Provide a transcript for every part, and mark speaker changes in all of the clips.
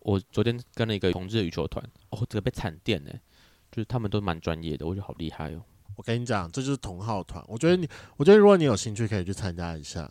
Speaker 1: 我昨天跟了一个同志的羽球团，哦，这个被惨电呢，就是他们都蛮专业的，我觉得好厉害哦。
Speaker 2: 我跟你讲，这就是同号团。我觉得你，我觉得如果你有兴趣，可以去参加一下。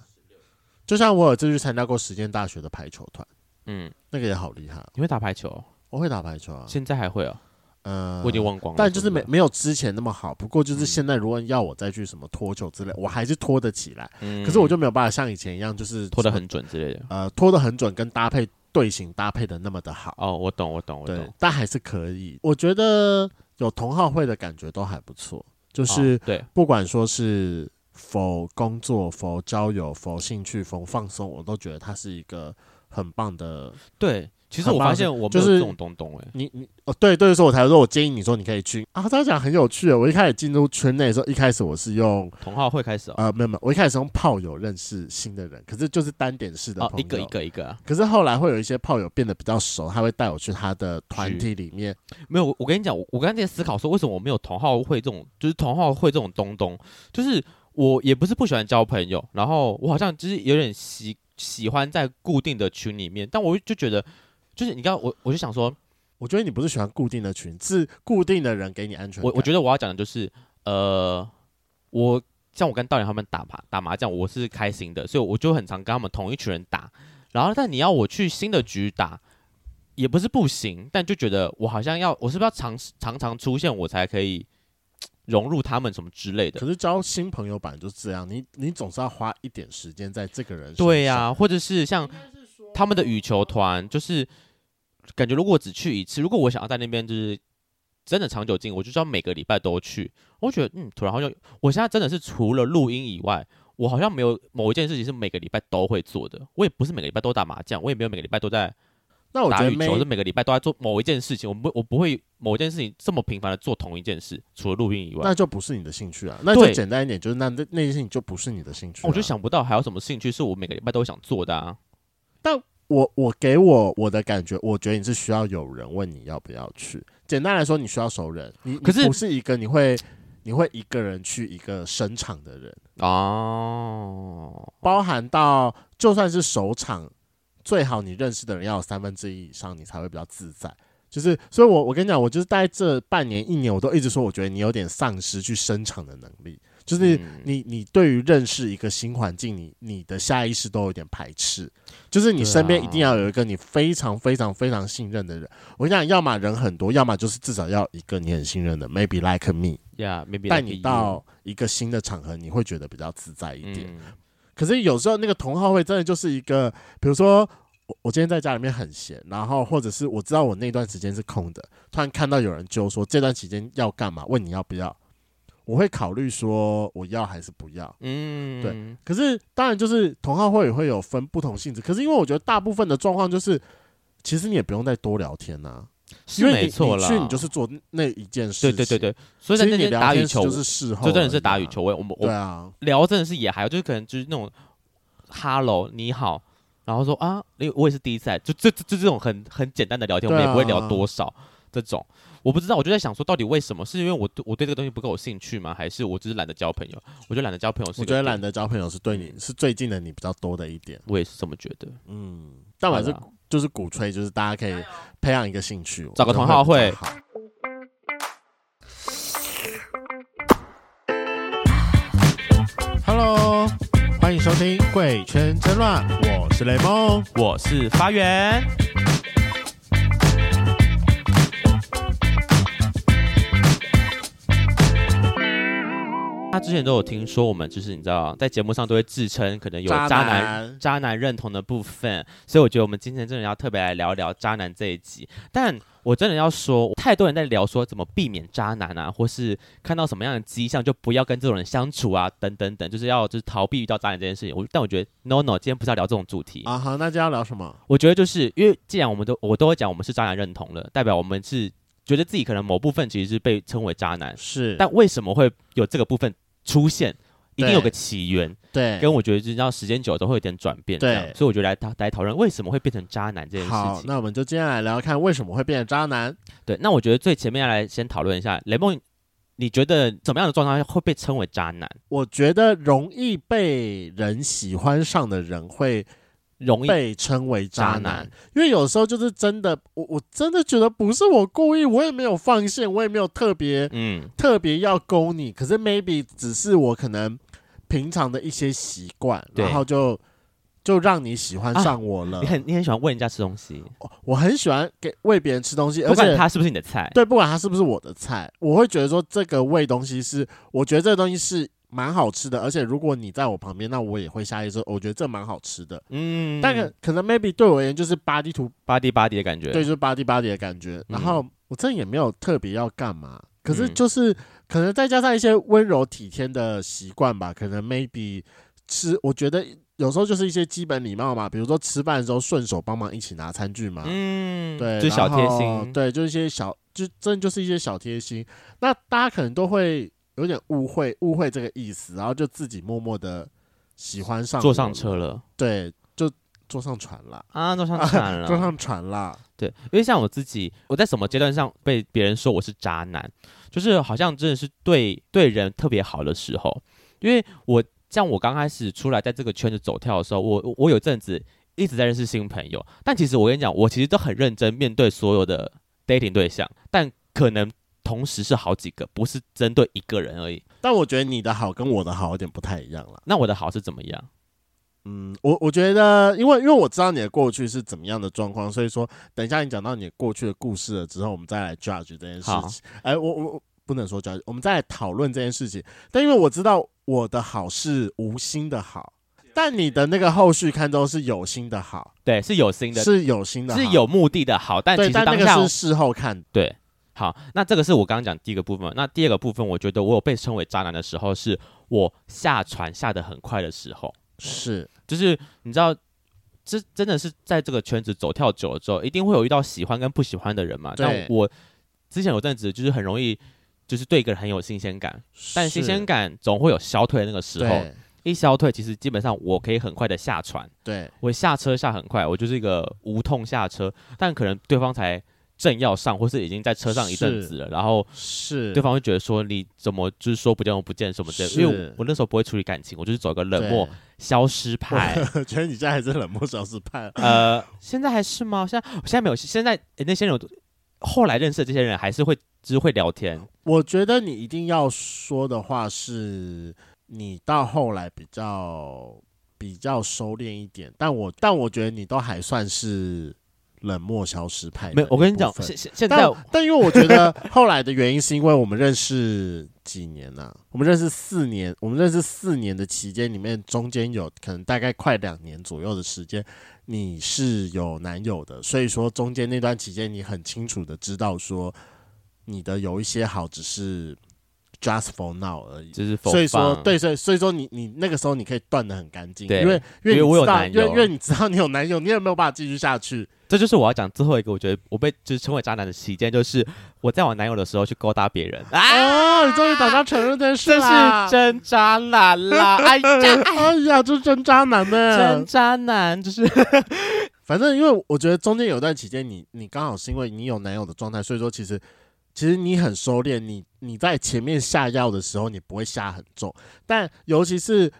Speaker 2: 就像我有次去参加过实践大学的排球团，
Speaker 1: 嗯，
Speaker 2: 那个也好厉害。
Speaker 1: 你会打排球哦？
Speaker 2: 我会打排球啊，
Speaker 1: 现在还会哦？
Speaker 2: 呃，
Speaker 1: 我已经忘光了。
Speaker 2: 但就是没
Speaker 1: 真的
Speaker 2: 没有之前那么好。不过就是
Speaker 1: 嗯
Speaker 2: 现在，如果要我再去什么脱球之类，我还是脱得起来。
Speaker 1: 嗯
Speaker 2: 可是我就没有办法像以前一样，就是
Speaker 1: 拖得
Speaker 2: 什么
Speaker 1: 很准之类的。
Speaker 2: 呃脱得很准，跟搭配队形搭配的那么的好。
Speaker 1: 哦，我懂，我懂，我
Speaker 2: 对
Speaker 1: 懂。，
Speaker 2: 但还是可以。我觉得有同好会的感觉都还不错，就
Speaker 1: 就是对，
Speaker 2: 不管说是否工作、否交友、否兴趣、否放松，我都觉得它是一个很棒的。
Speaker 1: 对，其实
Speaker 2: 很
Speaker 1: 我
Speaker 2: 棒
Speaker 1: 发
Speaker 2: 是
Speaker 1: 现我没
Speaker 2: 就
Speaker 1: 有
Speaker 2: 是
Speaker 1: 这种东东哎、
Speaker 2: 你你哦，对对，所以我才说我建议你说你可以去啊。大家讲很有趣哦。我一开始进入圈内的时候，一开始我是用
Speaker 1: 同好会开始哦，
Speaker 2: 呃没有没有，我一开始是用炮友认识新的人，可是就是单点式的
Speaker 1: 哦，
Speaker 2: 朋友。
Speaker 1: 一个一。个一个啊，
Speaker 2: 可是后来会有一些炮友变得比较熟，他会带我去他的团
Speaker 1: 去
Speaker 2: 体里面。
Speaker 1: 没有。我我跟你讲，我我刚才在思考说，为什么我没有同好会这种，就是同好会这种东东，就是我也不是不喜欢交朋友，然后我好像就是有点喜喜欢在固定的群里面，但我就觉得，就是你刚刚我我就想说，
Speaker 2: 我觉得你不是喜欢固定的群，是固定的人给你安全
Speaker 1: 我我觉
Speaker 2: 得
Speaker 1: 得我要讲的就是，呃，我像我跟道理他们打麻打麻将，我是开心的，所以我就很常跟他们同一群人打。然后，但你要我去新的局打，也不是不行，但就觉得我好像要，我是不是要常常常出现，我才可以嘖融入他们什么之类的
Speaker 2: 可？是交新朋友本来就是这样，你你总是要花一点时间在这个人身上。
Speaker 1: 对呀、或者是像他们的羽球团，就是感觉如果我只去一次，如果我想要在那边就是真的长久经营，我就知道每个礼拜都去。我觉得嗯，突然好像我现在真的是除了录音以外，我好像没有某一件事情是每个礼拜都会做的。我也不是每个礼拜都打麻将，我也没有每个礼拜都在
Speaker 2: 那我觉
Speaker 1: 打
Speaker 2: 得
Speaker 1: 羽球，我
Speaker 2: May
Speaker 1: 是每个礼拜都在做某一件事情。我不我不会某一件事情这么频繁的做同一件事，除了录音以外
Speaker 2: 那。就不是你的兴趣啊。那就
Speaker 1: 对哦
Speaker 2: 简单一点，就是那那那件事情就不是你的兴趣、啊
Speaker 1: 我就，想不到还有什么兴趣是我每个礼拜都想做的啊。
Speaker 2: 我我给我我的感觉，我觉得你是需要有人问你要不要去。简单来说，你需要熟人，你你
Speaker 1: 可是
Speaker 2: 不是一个你会你会一个人去一个深场的人，
Speaker 1: 哦，
Speaker 2: 包含到就算是首场，最好你认识的人要有三分之一以上，你才会比较自在。就是，所以我我跟你讲，我就是待这半年一年，我都一直说，我觉得你有点丧失去生场的能力，就是
Speaker 1: 嗯
Speaker 2: 你你对于认识一个新环境，你你的下意识都有点排斥，就是你
Speaker 1: 对
Speaker 2: 身边
Speaker 1: 啊
Speaker 2: 一定要有一个你非常非常非常信任的人。我跟你讲，要么人很多，要么就是至少要一个你很信任的，maybe like me，
Speaker 1: ，Yeah，maybe
Speaker 2: 带
Speaker 1: like
Speaker 2: 你
Speaker 1: you
Speaker 2: 到一个新的场合，你会觉得比较自在一点。
Speaker 1: 嗯
Speaker 2: 可是有时候那个同好会真的就是一个，比如说我我今天在家里面很闲，然后或者是我知道我那段时间是空的，突然看到有人就说这段期间要干嘛，问你要不要，我会考虑说我要还是不要。
Speaker 1: 嗯，对，
Speaker 2: 可是当然就是同好会也会有分不同性质，可是因为我觉得大部分的状况就是，其实你也不用再多聊天呐、
Speaker 1: 是
Speaker 2: 因为你
Speaker 1: 没错
Speaker 2: 你
Speaker 1: 啦。
Speaker 2: 去你就是做那一件事
Speaker 1: 对
Speaker 2: 情，
Speaker 1: 对对
Speaker 2: 对，
Speaker 1: 对，所以在那
Speaker 2: 你
Speaker 1: 边
Speaker 2: 聊
Speaker 1: 打羽
Speaker 2: 天
Speaker 1: 球，
Speaker 2: 就是事后、
Speaker 1: 就真的是打羽，球。我我们
Speaker 2: 对
Speaker 1: 我
Speaker 2: 啊，
Speaker 1: 聊真的是也还好，就是可能就是那种 hello 你好，然后说啊，因为我也是第一次来，就这这就这种很很简单的聊天，我
Speaker 2: 对
Speaker 1: 们也不会
Speaker 2: 啊
Speaker 1: 聊多少这种。我不知道，我就在想说，到底为什么？是因为我对我对这个东西不够有兴趣吗？还是我只是懒得交朋友？我觉得懒得交朋友是，
Speaker 2: 我觉得懒，得交朋友是对你
Speaker 1: 嗯
Speaker 2: 是最近的你比较多的一点，
Speaker 1: 我也是这么觉得。
Speaker 2: 嗯，但我还是
Speaker 1: 好啦
Speaker 2: 就是鼓吹，就是大家可以培养一个兴趣，
Speaker 1: 找个
Speaker 2: 我觉得
Speaker 1: 同好会
Speaker 2: 比较好，Hello，欢迎收听《贵圈争乱》，我是雷梦。
Speaker 1: 我是发源，他之前都有听说我们，就是你知道，在节目上都会自称可能有渣男
Speaker 2: 男，
Speaker 1: 渣男认同的部分，所以我觉得我们今天真的要特别来聊一聊渣男这一集。但我真的要说，太多人在聊说怎么避免渣男啊，或是看到什么样的迹象就不要跟这种人相处啊，等等等，就是要就是逃避遇到渣男这件事情。我但我觉得 no no，今天不是要聊这种主题
Speaker 2: 啊好，那今天要聊什么？
Speaker 1: 我觉得就是因为既然我们都我都会讲我们是渣男认同了，代表我们是觉得自己可能某部分其实是被称为渣男，
Speaker 2: 是，
Speaker 1: 但为什么会有这个部分出现？一定
Speaker 2: 对
Speaker 1: 有个起源，
Speaker 2: 对，
Speaker 1: 跟我觉得就是要时间久了都会有点转变，
Speaker 2: 对
Speaker 1: 这样所以我觉得来讨来讨论为什么会变成渣男这件事
Speaker 2: 好，
Speaker 1: 情。
Speaker 2: 那我们就接下来聊看为什么会变成渣男。
Speaker 1: 对，那我觉得最前面要来先讨论一下雷梦，你觉得怎么样的状态会被称为渣男？
Speaker 2: 我觉得容易被人喜欢上的人会
Speaker 1: 容易
Speaker 2: 被称为
Speaker 1: 渣
Speaker 2: 渣男
Speaker 1: 男，，
Speaker 2: 因为有时候就是真的，我我真的觉得不是我故意，我也没有放线，我也没有特别
Speaker 1: 嗯
Speaker 2: 特别要勾你，可是 maybe 只是我可能平常的一些习惯，
Speaker 1: 对啊
Speaker 2: 然后就就让你喜欢上我了。
Speaker 1: 你很你很喜欢喂人家吃东西，
Speaker 2: 我我很喜欢给喂别人吃东西，而
Speaker 1: 不管
Speaker 2: 且
Speaker 1: 他是不是你的菜，
Speaker 2: 对，不管它是不是我的菜，我会觉得说这个味东西是，我觉得这个东西是蛮好吃的，而且如果你在我旁边，那我也会下意识说，哦我觉得这蛮好吃的。
Speaker 1: 嗯，
Speaker 2: 但可可能 maybe 对我而言就是巴地图，
Speaker 1: 巴迪巴迪的感觉，
Speaker 2: 对，就是巴地巴地的感觉。然后
Speaker 1: 嗯
Speaker 2: 我真的也没有特别要干嘛，可是就是可能再加上一些温柔体贴的习惯吧，可能 maybe 吃，我觉得有时候就是一些基本礼貌嘛，比如说吃饭的时候顺手帮忙一起拿餐具嘛，
Speaker 1: 嗯，
Speaker 2: 对，
Speaker 1: 就是小
Speaker 2: 然
Speaker 1: 贴
Speaker 2: 后
Speaker 1: 心，
Speaker 2: 对，就是一些小，就真的就是一些小贴心。那大家可能都会有点误会，误会这个意思，然后就自己默默的喜欢上
Speaker 1: 坐
Speaker 2: 我
Speaker 1: 上
Speaker 2: 了，
Speaker 1: 车了
Speaker 2: 对，就坐上船啦，
Speaker 1: 啊，坐上车了，
Speaker 2: 坐上船啦，
Speaker 1: 对，因为像我自己，我在什么阶段上被别人说我是渣男，就是好像真的是对对人特别好的时候，因为我像我刚开始出来在这个圈子走跳的时候，我我有阵子一直在认识新朋友，但其实我跟你讲，我其实都很认真面对所有的 dating 对象，但可能同时是好几个，不是针对一个人而已。
Speaker 2: 但我觉得你的好跟我的好有点不太一样啦。
Speaker 1: 那我的好是怎么样？
Speaker 2: 嗯，我我觉得，因为因为我知道你的过去是怎么样的状况，所以说，等一下你讲到你的过去的故事了之后，我们再来 judge 这件事
Speaker 1: 好
Speaker 2: 情。哎、我我我不能说 judge，我们再来讨论这件事情。但因为我知道我的好是无心的好，但你的那个后续看中是有心的好，
Speaker 1: 对，是有心的，
Speaker 2: 是有心的好，
Speaker 1: 是有目的的好，但其
Speaker 2: 对，
Speaker 1: 实
Speaker 2: 但那
Speaker 1: 当
Speaker 2: 个
Speaker 1: 下
Speaker 2: 是事后看的。
Speaker 1: 对，好，那这个是我刚刚讲第一个部分。那第二个部分，我觉得我有被称为渣男的时候，是我下船下的很快的时候，
Speaker 2: 是，
Speaker 1: 就是你知道。这真的是在这个圈子走跳久了之后，一定会有遇到喜欢跟不喜欢的人嘛。
Speaker 2: 对
Speaker 1: 但我之前有阵子就是很容易，就是对一个人很有新鲜感，但新鲜
Speaker 2: 是
Speaker 1: 感总会有消退的那个时候。
Speaker 2: 对
Speaker 1: 一消退，其实基本上我可以很快的下船，
Speaker 2: 对
Speaker 1: 我下车下很快，我就是一个无痛下车。但可能对方才正要上，或是已经在车上一阵
Speaker 2: 是
Speaker 1: 子了，然后
Speaker 2: 是，
Speaker 1: 对方会觉得说你怎么就是说不见就不见什么之类的，因为
Speaker 2: 是
Speaker 1: 我那时候不会处理感情，我就是走一个冷
Speaker 2: 对
Speaker 1: 漠。消失派。
Speaker 2: 我觉得你现在还是冷漠消失派。
Speaker 1: 呃，现在还是吗？现在现在没有，现在、诶那些人我都后来认识的这些人还是会只会聊天，
Speaker 2: 我觉得你一定要说的话是，你到后来比较比较收敛一点，但我但我觉得你都还算是冷漠消失派的
Speaker 1: 没
Speaker 2: 那
Speaker 1: 有
Speaker 2: 部。分。
Speaker 1: 我跟你讲，现现现在
Speaker 2: 但 但因为我觉得后来的原因是因为我们认识几年呢、我们认识四年，我们认识四年的期间里面，中间有可能大概快两年左右的时间，你是有男友的，所以说中间那段期间，你很清楚的知道说你的有一些好只是 just for now 而已。
Speaker 1: 就是否
Speaker 2: 所以说，
Speaker 1: 放，
Speaker 2: 对，所以所以说你，你那个时候你可以断的很干净，
Speaker 1: 对
Speaker 2: 因为
Speaker 1: 因
Speaker 2: 因为
Speaker 1: 为
Speaker 2: 你
Speaker 1: 我有
Speaker 2: 知道，
Speaker 1: 男
Speaker 2: 因为
Speaker 1: 友
Speaker 2: 因为你知道你有男友，你也没有办法继续下去。
Speaker 1: 这就是我要讲最后一个，我觉得我被就是称为渣男的期间，就是我在我男友的时候去勾搭别人啊。
Speaker 2: 啊！你终于打算承认这件事
Speaker 1: 这
Speaker 2: 啦
Speaker 1: 是！真渣男 啦！哎呀，
Speaker 2: 哎呀，这是真渣男呢
Speaker 1: 真！渣男，就是
Speaker 2: 反正因为我觉得中间有段期间，你你刚好是因为你有男友的状态，所以说其实其实你很收敛，你你在前面下药的时候你不会下很重，但尤其是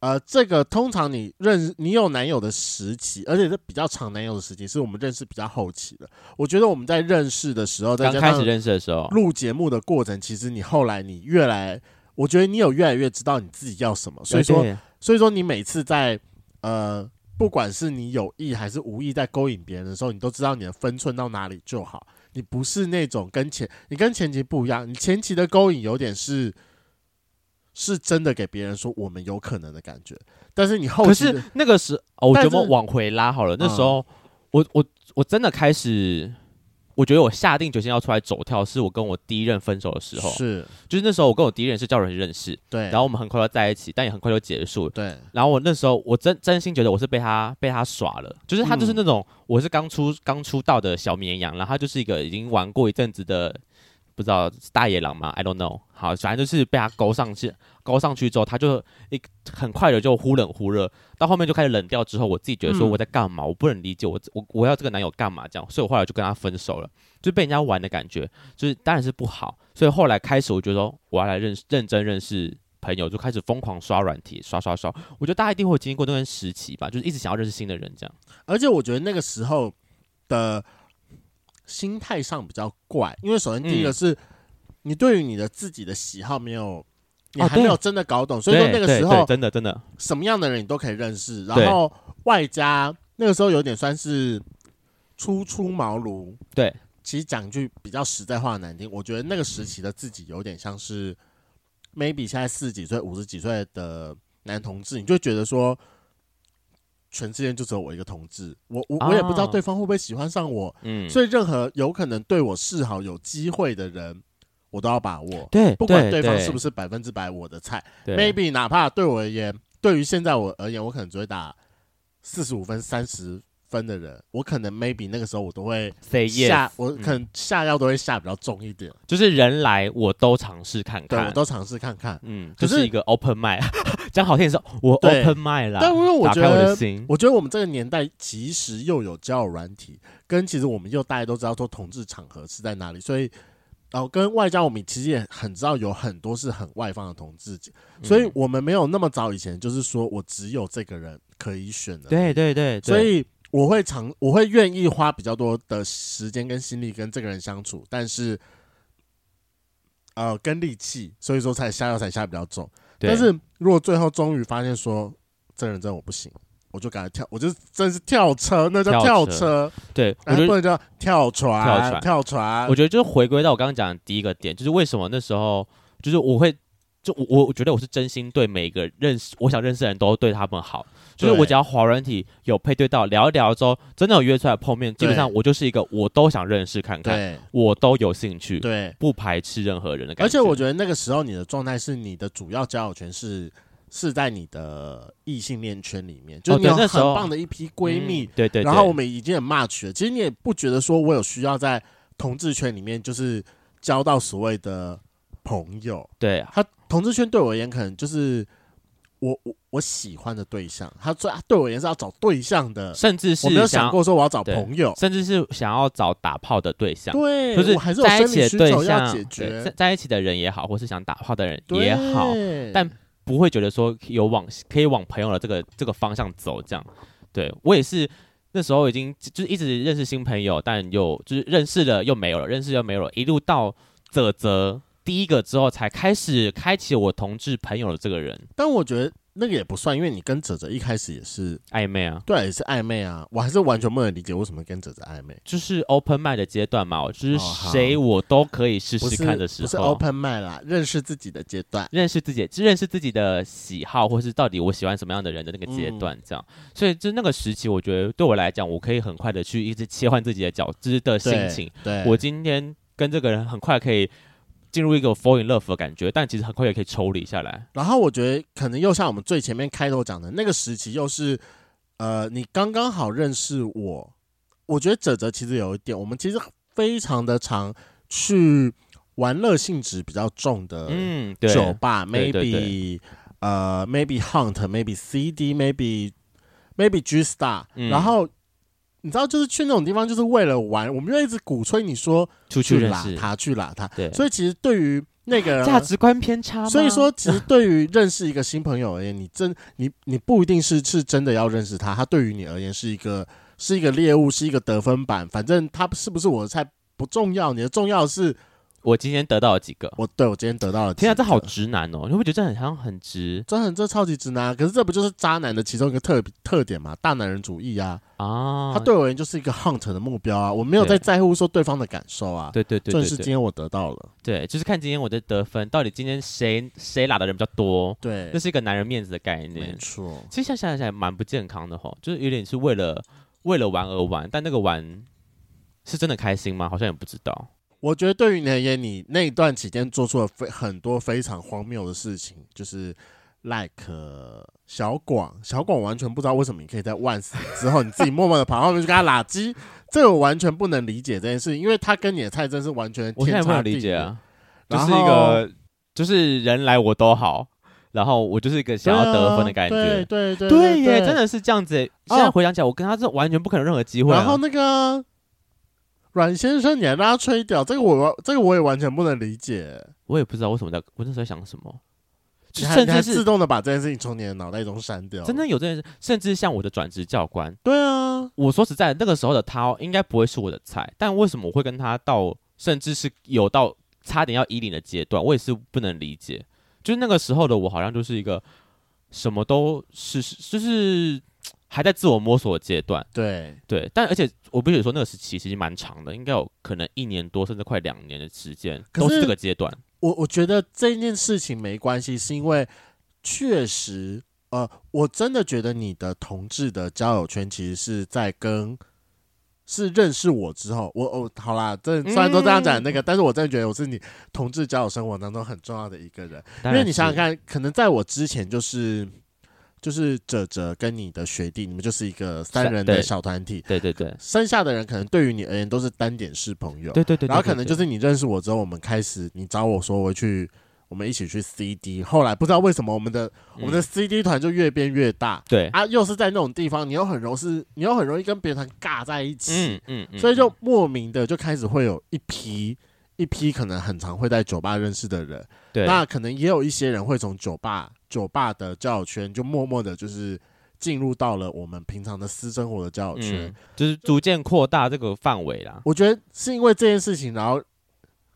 Speaker 2: 呃这个通常你认你有男友的时期，而且是比较长男友的时期，是我们认识比较后期的。我觉得我们在认识的时候，再
Speaker 1: 刚
Speaker 2: 加
Speaker 1: 开始
Speaker 2: 上
Speaker 1: 认识的时候，
Speaker 2: 录节目的过程，其实你后来你越来。我觉得你有越来越知道你自己要什么，所以说
Speaker 1: 对
Speaker 2: 所以说你每次在呃，不管是你有意还是无意在勾引别人的时候，你都知道你的分寸到哪里就好。你不是那种跟前你跟前期不一样，你前期的勾引有点是是真的给别人说我们有可能的感觉，但是你后
Speaker 1: 可
Speaker 2: 期的
Speaker 1: 是那个时哦，我
Speaker 2: 但
Speaker 1: 觉
Speaker 2: 是嗯
Speaker 1: 得我们往回拉好了。那时候，我我我真的开始，我觉得我下定决心要出来走跳，是我跟我第一任分手的时候。
Speaker 2: 是
Speaker 1: 就是那时候我跟我第一任是叫人认识，
Speaker 2: 对，
Speaker 1: 然后我们很快要在一起，但也很快就结束。
Speaker 2: 对
Speaker 1: 然后我那时候我真真心觉得我是被他被他耍了，就是他就是那种、我是刚出刚出道的小绵羊，然后他就是一个已经玩过一阵子的，不知道是大野狼嘛，I don't know。好，反正就是被他勾上去，勾上去之后，他就一很快的就忽冷忽热，到后面就开始冷掉之后，我自己觉得说
Speaker 2: 嗯
Speaker 1: 我在干嘛，我不能理解我我我要这个男友干嘛这样，所以我后来就跟他分手了，就被人家玩的感觉，就是当然是不好，所以后来开始我觉得说我要来认识认真认识朋友就开始疯狂刷软体，刷刷刷。我觉得大家一定会经历过那段时期吧，就是一直想要认识新的人这样。
Speaker 2: 而且我觉得那个时候的心态上比较怪，因为首
Speaker 1: 嗯
Speaker 2: 先第一个是、你对于你的自己的喜好没有，你还没有真的搞懂，所以说
Speaker 1: 对
Speaker 2: 那个
Speaker 1: 哦对
Speaker 2: 时
Speaker 1: 对
Speaker 2: 候
Speaker 1: 真的真的，
Speaker 2: 什么样的人你都可以认识，
Speaker 1: 对
Speaker 2: 然后外加那个时候有点算是初出茅庐。
Speaker 1: 对，
Speaker 2: 其实讲句比较实在话难听，我觉得那个时期的自己有点像是，maybe 现在四十几岁、五十几岁的男同志，你就会觉得说，全世界就只有我一个同志，我我我也不知道
Speaker 1: 啊
Speaker 2: 对方会不会喜欢上我，
Speaker 1: 嗯，
Speaker 2: 所以任何有可能对我示好、有机会的人，我都要把握，
Speaker 1: 对，
Speaker 2: 不管对方是不
Speaker 1: 是
Speaker 2: 是百分之百我的菜。
Speaker 1: 对
Speaker 2: maybe 哪怕对我而言，对于现在我而言，我可能只会打四十五分、三十分的人，我可能 maybe 那个时候我都会
Speaker 1: say
Speaker 2: 下
Speaker 1: yes，嗯
Speaker 2: 我可能下药都会下比较重一点，
Speaker 1: 就是人来我都尝试看
Speaker 2: 对我
Speaker 1: 看。
Speaker 2: 都尝试看看。
Speaker 1: 嗯，
Speaker 2: 可
Speaker 1: 就是是一个 open mind，讲 好听的是我
Speaker 2: 对
Speaker 1: open mind 啦，
Speaker 2: 但因为我
Speaker 1: 打
Speaker 2: 觉
Speaker 1: 开我的
Speaker 2: 得，
Speaker 1: 心，
Speaker 2: 我觉得我们这个年代其实又有交友软体，跟其实我们又大家都知道说同志场合是在哪里，所以。然后跟外加我们其实也很知道有很多是很外放的同志，所以
Speaker 1: 嗯
Speaker 2: 我们没有那么早以前就是说我只有这个人可以选的，
Speaker 1: 对对对，对
Speaker 2: 所以我会尝，我会愿意花比较多的时间跟心力跟这个人相处，但是呃，跟力气，所以说才下药才下比较重。
Speaker 1: 对
Speaker 2: 但是如果最后终于发现说这个人真的我不行，我就赶快跳，我就真是跳车，那叫
Speaker 1: 跳
Speaker 2: 跳
Speaker 1: 车
Speaker 2: 车，
Speaker 1: 对我
Speaker 2: 哎
Speaker 1: 觉
Speaker 2: 不
Speaker 1: 得。
Speaker 2: 能叫跳船，
Speaker 1: 跳船
Speaker 2: 跳船
Speaker 1: 我觉得就是回归到我刚刚讲的第一个点，就是为什么那时候就是我会就我我我觉得我是真心对每个认识我想认识的人都对他们好，就是
Speaker 2: 对
Speaker 1: 我只要华软体有配对到聊一聊之后，真的有约出来碰面，基本
Speaker 2: 对
Speaker 1: 上我就是一个我都想认识看看，
Speaker 2: 对
Speaker 1: 我都有兴趣，
Speaker 2: 对，
Speaker 1: 不排斥任何人的感觉。
Speaker 2: 而且我觉得那个时候你的状态是你的主要交友圈是。是在你的异性恋圈里面，就
Speaker 1: 哦
Speaker 2: 是你有
Speaker 1: 对那时
Speaker 2: 很
Speaker 1: 候
Speaker 2: 棒的一批闺蜜，
Speaker 1: 嗯对对对，
Speaker 2: 然后我们已经很 match 了，其实你也不觉得说我有需要在同志圈里面就是交到所谓的朋友，
Speaker 1: 对啊
Speaker 2: 他同志圈对我而言可能就是我我我喜欢的对象，他最他对我而言是要找对象的，
Speaker 1: 甚至
Speaker 2: 我没有
Speaker 1: 是
Speaker 2: 想
Speaker 1: 想
Speaker 2: 过说我要找
Speaker 1: 对
Speaker 2: 朋友，
Speaker 1: 甚至是想要找打炮的对象。
Speaker 2: 哦对，
Speaker 1: 就是
Speaker 2: 我还是有
Speaker 1: 在一
Speaker 2: 生
Speaker 1: 起
Speaker 2: 理
Speaker 1: 的
Speaker 2: 需
Speaker 1: 对
Speaker 2: 求要
Speaker 1: 象，
Speaker 2: 解
Speaker 1: 对在
Speaker 2: 决
Speaker 1: 在一起的人也好，或是想打炮的人也好，
Speaker 2: 对
Speaker 1: 但不会觉得说有往可以往朋友的这个这个方向走，这样。对我也是那时候已经就就是一直认识新朋友，但又就是认识了又没有了，认识又没有了，一路到泽泽第一个之后，才开始开启我同志朋友的这个人
Speaker 2: 但我觉得那个也不算，因为你跟哲哲一开始也是
Speaker 1: 暧昧啊，
Speaker 2: 对啊也是暧昧啊，我还是完全不能理解为什么跟哲哲暧昧。
Speaker 1: 就是 open mind 的阶段嘛，我就是
Speaker 2: 哦好
Speaker 1: 谁我都可以试
Speaker 2: 不
Speaker 1: 试
Speaker 2: 是
Speaker 1: 看的时
Speaker 2: 不是
Speaker 1: 候。
Speaker 2: open mind 啦，认识自己的阶段。
Speaker 1: 认识自己，就认识自己的喜好，或是到底我喜欢什么样的人的那个阶段，这样。所以就那个时期，我觉得对我来讲，我可以很快的去一直切换自己的角，就是的心
Speaker 2: 对
Speaker 1: 情。。
Speaker 2: 对，
Speaker 1: 我今天跟这个人很快可以进入一个 fall in love 的感觉，但其实很快也可以抽离下来。
Speaker 2: 然后我觉得可能又像我们最前面开头讲的那个时期，又是呃，你刚刚好认识我。我觉得哲哲其实有一点，我们其实非常的常去玩乐性质比较重的
Speaker 1: 嗯，对，
Speaker 2: 酒吧
Speaker 1: 对对
Speaker 2: ，maybe 呃，maybe hunt，maybe CD，maybe maybe G Star，
Speaker 1: 嗯
Speaker 2: 然后。你知道，就是去那种地方，就是为了玩。我们就一直鼓吹你说
Speaker 1: 出去
Speaker 2: 去
Speaker 1: 认
Speaker 2: 拉
Speaker 1: 识，
Speaker 2: 他，去拉他。
Speaker 1: 对，
Speaker 2: 所以其实对于那个人
Speaker 1: 价值观偏差吗。
Speaker 2: 所以说，其实对于认识一个新朋友而言，你真 你你不一定是是真的要认识他，他对于你而言是一个是一个猎物，是一个得分板，反正他是不是我的菜不重要，你的重要的是
Speaker 1: 我今天得到了几个，
Speaker 2: 我对我今天得到了几个。
Speaker 1: 天啊，这好直男哦！你会不会觉得这很像很直
Speaker 2: 这很这超级直男啊，可是这不就是渣男的其中一个特特点嘛？大男人主义啊，
Speaker 1: 啊？
Speaker 2: 他对我而言就是一个 hunt 的目标啊，我没有在
Speaker 1: 对
Speaker 2: 在乎说对方的感受啊，
Speaker 1: 对对对对
Speaker 2: 正是
Speaker 1: 对
Speaker 2: 今天我得到了，
Speaker 1: 对，就是看今天我的得分到底今天谁谁拉的人比较多。
Speaker 2: 对
Speaker 1: 这，是一个男人面子的概
Speaker 2: 没
Speaker 1: 念。
Speaker 2: 错，
Speaker 1: 其实想想想也蛮不健康的吼，就是有点是为了为了玩而玩，但那个玩是真的开心吗？好像也不知道。
Speaker 2: 我觉得对于你而言，你那一段期间做出了非很多非常荒谬的事情，就是 like 呃小广，小广完全不知道为什么你可以在万死之后，你自己默默的跑到后面去跟他拉鸡，这个我完全不能理解这件事情，因为他跟你的菜真是完全
Speaker 1: 我现在
Speaker 2: 天
Speaker 1: 也没有
Speaker 2: 差地
Speaker 1: 理解
Speaker 2: 别。
Speaker 1: 啊，就
Speaker 2: 然
Speaker 1: 是
Speaker 2: 后
Speaker 1: 一个就是人来我都好，然后我就是一个想要得分的感
Speaker 2: 对啊
Speaker 1: 觉。
Speaker 2: 对对
Speaker 1: 对耶，真。的是这样子耶。
Speaker 2: 哦
Speaker 1: 现在回想起来，我跟他是完全不可能有任何机会啊。
Speaker 2: 然后那个阮先生，你还让他吹掉，这个我这个我也完全不能理解。
Speaker 1: 我也不知道为什么在，我那时候在想什么。
Speaker 2: 你还
Speaker 1: 甚
Speaker 2: 你还
Speaker 1: 至
Speaker 2: 自
Speaker 1: 是
Speaker 2: 动的把这件事情从你的脑袋中删掉，
Speaker 1: 真的？有这件事，甚至像我的转职教官，
Speaker 2: 对啊，
Speaker 1: 我说实在，那个时候的他应该不会是我的菜，但为什么我会跟他到，甚至是有到差点要依恋的阶段，我也是不能理解。就是那个时候的我，好像就是一个什么都是，就是还在自我摸索的阶段。
Speaker 2: 对，
Speaker 1: 对，但而且我必须说，那个时期其实蛮长的，应该有可能一年多，甚至快两年的时间，
Speaker 2: 可
Speaker 1: 都是
Speaker 2: 是
Speaker 1: 这个阶段。
Speaker 2: 我我觉得这件事情没关系，是因为确实，呃，我真的觉得你的同志的交友圈其实是在跟是认识我之后，我哦，好啦，这虽然都这样讲
Speaker 1: 嗯
Speaker 2: 那个，但是我真的觉得我是你同志交友生活当中很重要的一个人，因
Speaker 1: 当
Speaker 2: 为
Speaker 1: 然
Speaker 2: 你想想
Speaker 1: 是，
Speaker 2: 看，可能在我之前就是。就是哲哲跟你的学弟，你们就是一个三
Speaker 1: 三
Speaker 2: 人的
Speaker 1: 对
Speaker 2: 小团体，
Speaker 1: 对对 对，
Speaker 2: 剩下的人可能对于你而言都是单点式朋友。
Speaker 1: 对对对，
Speaker 2: 然后
Speaker 1: 对
Speaker 2: 可能就，是你认识我之后，我们开始你找我说我去，我们一起去 CD。后来不知道为什么我们的我们的 CD 团就越变越大
Speaker 1: 嗯对，
Speaker 2: 啊，又是在那种地方，你又很容是，你又很容易跟别人尬在一起，
Speaker 1: 嗯嗯嗯，
Speaker 2: 所以就
Speaker 1: 嗯
Speaker 2: 莫名的就开始会有一批一批可能很常会在酒吧认识的人，
Speaker 1: 对，
Speaker 2: 那可能也有一些人会从酒吧酒吧的交友圈就默默的就是进入到了我们平常的私生活的交友圈。
Speaker 1: 嗯，就是逐渐扩大这个范围啦。
Speaker 2: 我觉得是因为这件事情，然后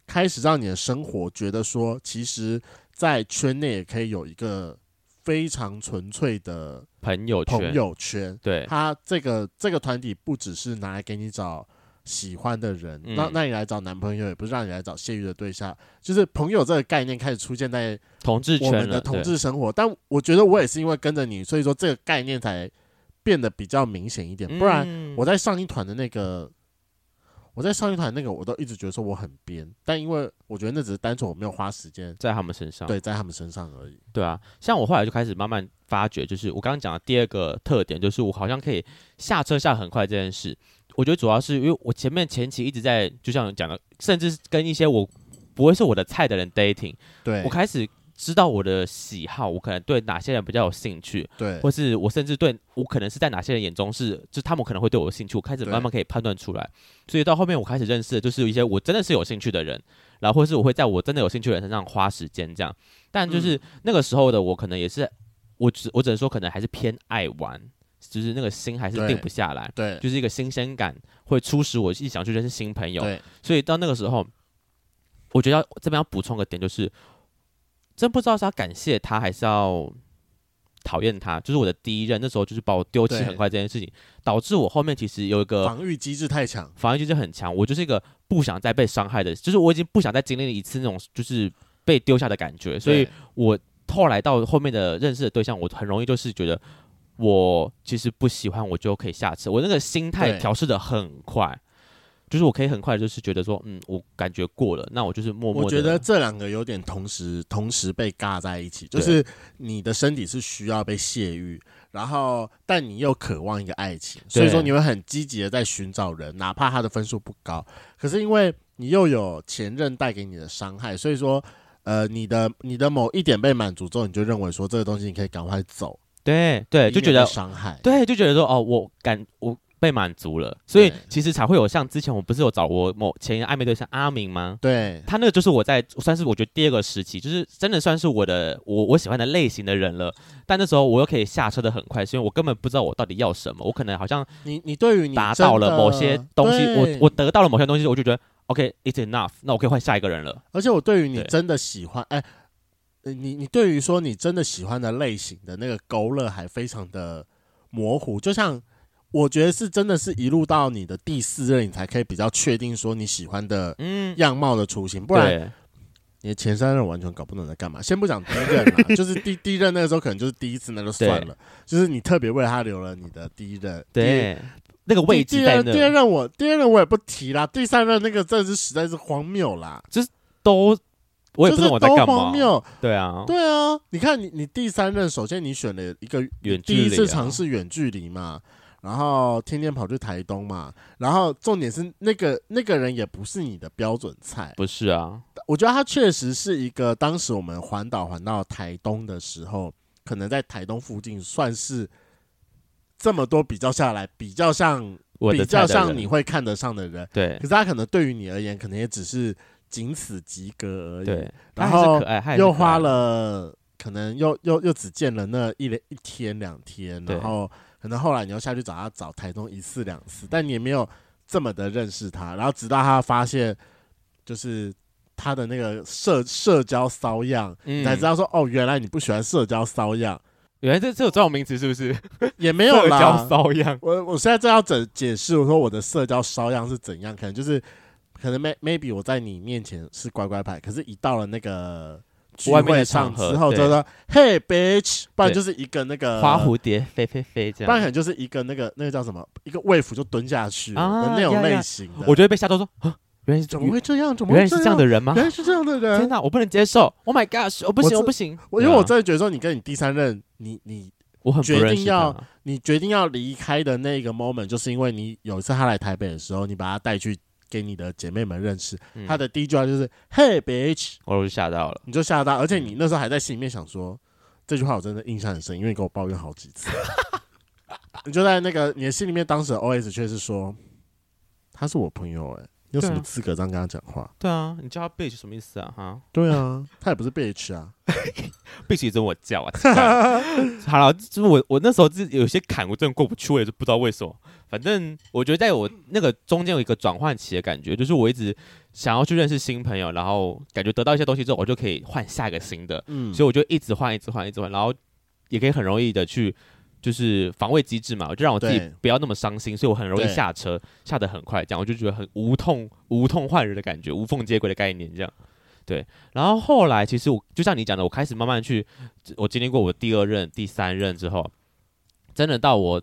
Speaker 2: 开始让你的生活觉得说，其实，在圈内也可以有一个非常纯粹的
Speaker 1: 朋友圈，
Speaker 2: 朋友圈。
Speaker 1: 对
Speaker 2: 他这个这个团体不只是拿来给你找喜欢的人，
Speaker 1: 嗯
Speaker 2: 让让你来找男朋友，也不是让你来找泄欲的对象，就是朋友这个概念开始出现在
Speaker 1: 同志
Speaker 2: 我
Speaker 1: 圈
Speaker 2: 们
Speaker 1: 了，
Speaker 2: 的同
Speaker 1: 对
Speaker 2: 志生活。但我觉得我也是因为跟着你，所以说这个概念才变得比较明显一点，不然
Speaker 1: 嗯
Speaker 2: 我在上一团的那个，我在上一团那个，我都一直觉得说我很编，但因为我觉得那只是单纯我没有花时间
Speaker 1: 在他们身上，
Speaker 2: 对在他们身上而已。
Speaker 1: 对啊，像我后来就开始慢慢发觉，就是我刚刚讲的第二个特点，就是我好像可以下车下很快这件事。我觉得主要是因为我前面前期一直在，就像你讲的，甚至是跟一些我不会是我的菜的人 dating，
Speaker 2: 对
Speaker 1: 我，开始知道我的喜好，我可能对哪些人比较有兴趣，
Speaker 2: 对，
Speaker 1: 或是我甚至对我可能是在哪些人眼中是，就是他们可能会对我有兴趣，我开始
Speaker 2: 对
Speaker 1: 慢慢可以判断出来。所以到后面我开始认识的就是一些我真的是有兴趣的人，然后或是我会在我真的有兴趣的人身上花时间这样。但就是
Speaker 2: 嗯
Speaker 1: 那个时候的我，可能也是我只我只能说可能还是偏爱玩，就是那个心还是
Speaker 2: 对
Speaker 1: 定不下来，
Speaker 2: 对，
Speaker 1: 就是一个新鲜感会促使我一直想去认识新朋友。
Speaker 2: 对，
Speaker 1: 所以到那个时候，我觉得要这边要补充个点，就是真不知道是要感谢他，还是要讨厌他。就是我的第一任，那时候就是把我丢弃
Speaker 2: 对
Speaker 1: 很快这件事情，导致我后面其实有一个
Speaker 2: 防御机制太强，
Speaker 1: 防御机制很强，我就是一个不想再被伤害的，就是我已经不想再经历一次那种就是被丢下的感觉，所以
Speaker 2: 对
Speaker 1: 我后来到后面的认识的对象，我很容易就是觉得。我其实不喜欢，我就可以下次，我那个心态
Speaker 2: 对
Speaker 1: 调试的很快，就是我可以很快就是觉得说，嗯，我感觉过了，那我就是默默
Speaker 2: 我
Speaker 1: 的。
Speaker 2: 觉得这两个有点同时同时被尬在一起，就是你的身体是需要被泄欲。然后，但你又渴望一个爱情，所以说你会很积极的在寻找人，哪怕他的分数不高。可是因为你又有前任带给你的伤害，所以说，呃，你的你的某一点被满足之后，你就认为说这个东西你可以赶快走，
Speaker 1: 对对，就
Speaker 2: 避免
Speaker 1: 觉得
Speaker 2: 被伤害。
Speaker 1: 对，就觉得说哦，我感我被满足了，所以
Speaker 2: 对
Speaker 1: 其实才会有像之前我不是有找我某前一个暧昧对象阿明吗？
Speaker 2: 对
Speaker 1: 他那个就是我在算是我觉得第二个时期，就是真的算是我的我我喜欢的类型的人了。但那时候我又可以下车的很快，是因为我根本不知道我到底要什么，我可能好像
Speaker 2: 你，你对于你
Speaker 1: 达到了
Speaker 2: 真的
Speaker 1: 某些东西，我
Speaker 2: 对
Speaker 1: 我得到了某些东西，我就觉得 OK，it's、enough，那我可以换下一个人了。
Speaker 2: 而且我对于你
Speaker 1: 对
Speaker 2: 真的喜欢，哎、呃你你对于说你真的喜欢的类型的那个勾勒还非常的模糊，就像我觉得是真的是一路到你的第四任，你才可以比较确定说你喜欢的
Speaker 1: 嗯，
Speaker 2: 样貌的雏形，不然
Speaker 1: 对
Speaker 2: 你的前三任完全搞不懂在干嘛。先不讲第一任啦，就是第第一任那个时候可能就是第一次那就算了，就是你特别为他留了你的第一任，第
Speaker 1: 对，那个位
Speaker 2: 第
Speaker 1: 置
Speaker 2: 第
Speaker 1: 在
Speaker 2: 二第
Speaker 1: 那
Speaker 2: 二任我第二任我也不提啦，第三任那个真的是实在是荒谬啦，
Speaker 1: 都，我也不知
Speaker 2: 就是
Speaker 1: 道我在
Speaker 2: 都
Speaker 1: 干
Speaker 2: 荒
Speaker 1: 嘛。
Speaker 2: 谬，
Speaker 1: 对啊，
Speaker 2: 对啊，你看你你第三任，首先你选了一个
Speaker 1: 远距
Speaker 2: 第一
Speaker 1: 离
Speaker 2: 次
Speaker 1: 啊
Speaker 2: 尝试远距离嘛，然后天天跑去台东嘛，然后重点是那个那个人也不是你的标准菜，
Speaker 1: 不是啊，
Speaker 2: 我觉得他确实是一个当时我们环岛环到台东的时候，可能在台东附近算是这么多比较下来比较像
Speaker 1: 我
Speaker 2: 比
Speaker 1: 的
Speaker 2: 较
Speaker 1: 菜的
Speaker 2: 像
Speaker 1: 人
Speaker 2: 你会看得上的人，
Speaker 1: 对
Speaker 2: 可是他可能对于你而言，可能也只是仅此及格而已。
Speaker 1: 对，他
Speaker 2: 然
Speaker 1: 还是
Speaker 2: 后
Speaker 1: 可爱，他还是
Speaker 2: 又
Speaker 1: 可爱
Speaker 2: 花了可能又又又只见了那一连一天两天，
Speaker 1: 对
Speaker 2: 然后可能后来你又下去找他找台中一次两次，但你也没有这么的认识他，然后直到他发现就是他的那个社社交骚样，
Speaker 1: 嗯
Speaker 2: 你才知道说哦，原来你不喜欢社交骚样，
Speaker 1: 原来这这有专有名词是不是？
Speaker 2: 也没有
Speaker 1: 社
Speaker 2: 啦
Speaker 1: 交。骚样，
Speaker 2: 我我现在正要解解释，我说我的社交骚样是怎样，可能就是可能 may, maybe 我在你面前是乖乖牌，可是一到了那个聚
Speaker 1: 外面
Speaker 2: 会
Speaker 1: 的
Speaker 2: 上
Speaker 1: 场合
Speaker 2: 之后，就
Speaker 1: 对
Speaker 2: 说 Hey bitch，不然
Speaker 1: 对
Speaker 2: 就是一个那个
Speaker 1: 呃花蝴蝶飞飞飞这
Speaker 2: 不然
Speaker 1: 样。
Speaker 2: 可能就是一个那个那个叫什么，一个卫服就蹲下去了
Speaker 1: 啊
Speaker 2: 的那种
Speaker 1: 呀呀
Speaker 2: 类型的。
Speaker 1: 我就会被吓到说，啊，原来是
Speaker 2: 怎么会这样？怎么
Speaker 1: 原
Speaker 2: 会
Speaker 1: 来是这样的？人吗啊
Speaker 2: 原？来是这样的
Speaker 1: 天
Speaker 2: 人。
Speaker 1: 哪，我不能接受！Oh my gosh，我不
Speaker 2: 我
Speaker 1: 行，
Speaker 2: 这
Speaker 1: 我不行。
Speaker 2: 我因为
Speaker 1: 对
Speaker 2: 我
Speaker 1: 啊
Speaker 2: 真的觉得说，你跟你第三任，你你
Speaker 1: 我很不
Speaker 2: 决定
Speaker 1: 认识
Speaker 2: 要
Speaker 1: 他
Speaker 2: 你决定要离开的那个 moment，就是因为你有一次他来台北的时候，你把他带去给你的姐妹们认识，
Speaker 1: 嗯
Speaker 2: 他的第一句话就是 “Hey bitch”，
Speaker 1: 我就吓到了。
Speaker 2: 你就吓到，而且你那时候还在心里面想说这句话我真的印象很深，因为你给我抱怨好几次，你就在那个你的心里面，当时的 OS 却是说他是我朋友、欸，哎，你有什么
Speaker 1: 对啊
Speaker 2: 资格这样跟他讲话？
Speaker 1: 对啊，你叫他 bitch 什么意思啊？哈
Speaker 2: 对啊， 他也不是 bitch 啊，
Speaker 1: ，bitch 也跟我叫啊。奇怪 好了，就是我我那时候自有些坎我真的过不去，我也是不知道为什么。反正我觉得在我那个中间有一个转换期的感觉，就是我一直想要去认识新朋友，然后感觉得到一些东西之后，我就可以换下一个新的。
Speaker 2: 嗯，
Speaker 1: 所以我就一直换，一直换，一直换，然后也可以很容易的去就是防卫机制嘛，我就让我自己
Speaker 2: 对
Speaker 1: 不要那么伤心，所以我很容易
Speaker 2: 对
Speaker 1: 下车，下得很快，这样我就觉得很无痛无痛换人的感觉，无缝接轨的概念这样。对，然后后来其实我就像你讲的，我开始慢慢去，我经历过我第二任、第三任之后，真的到我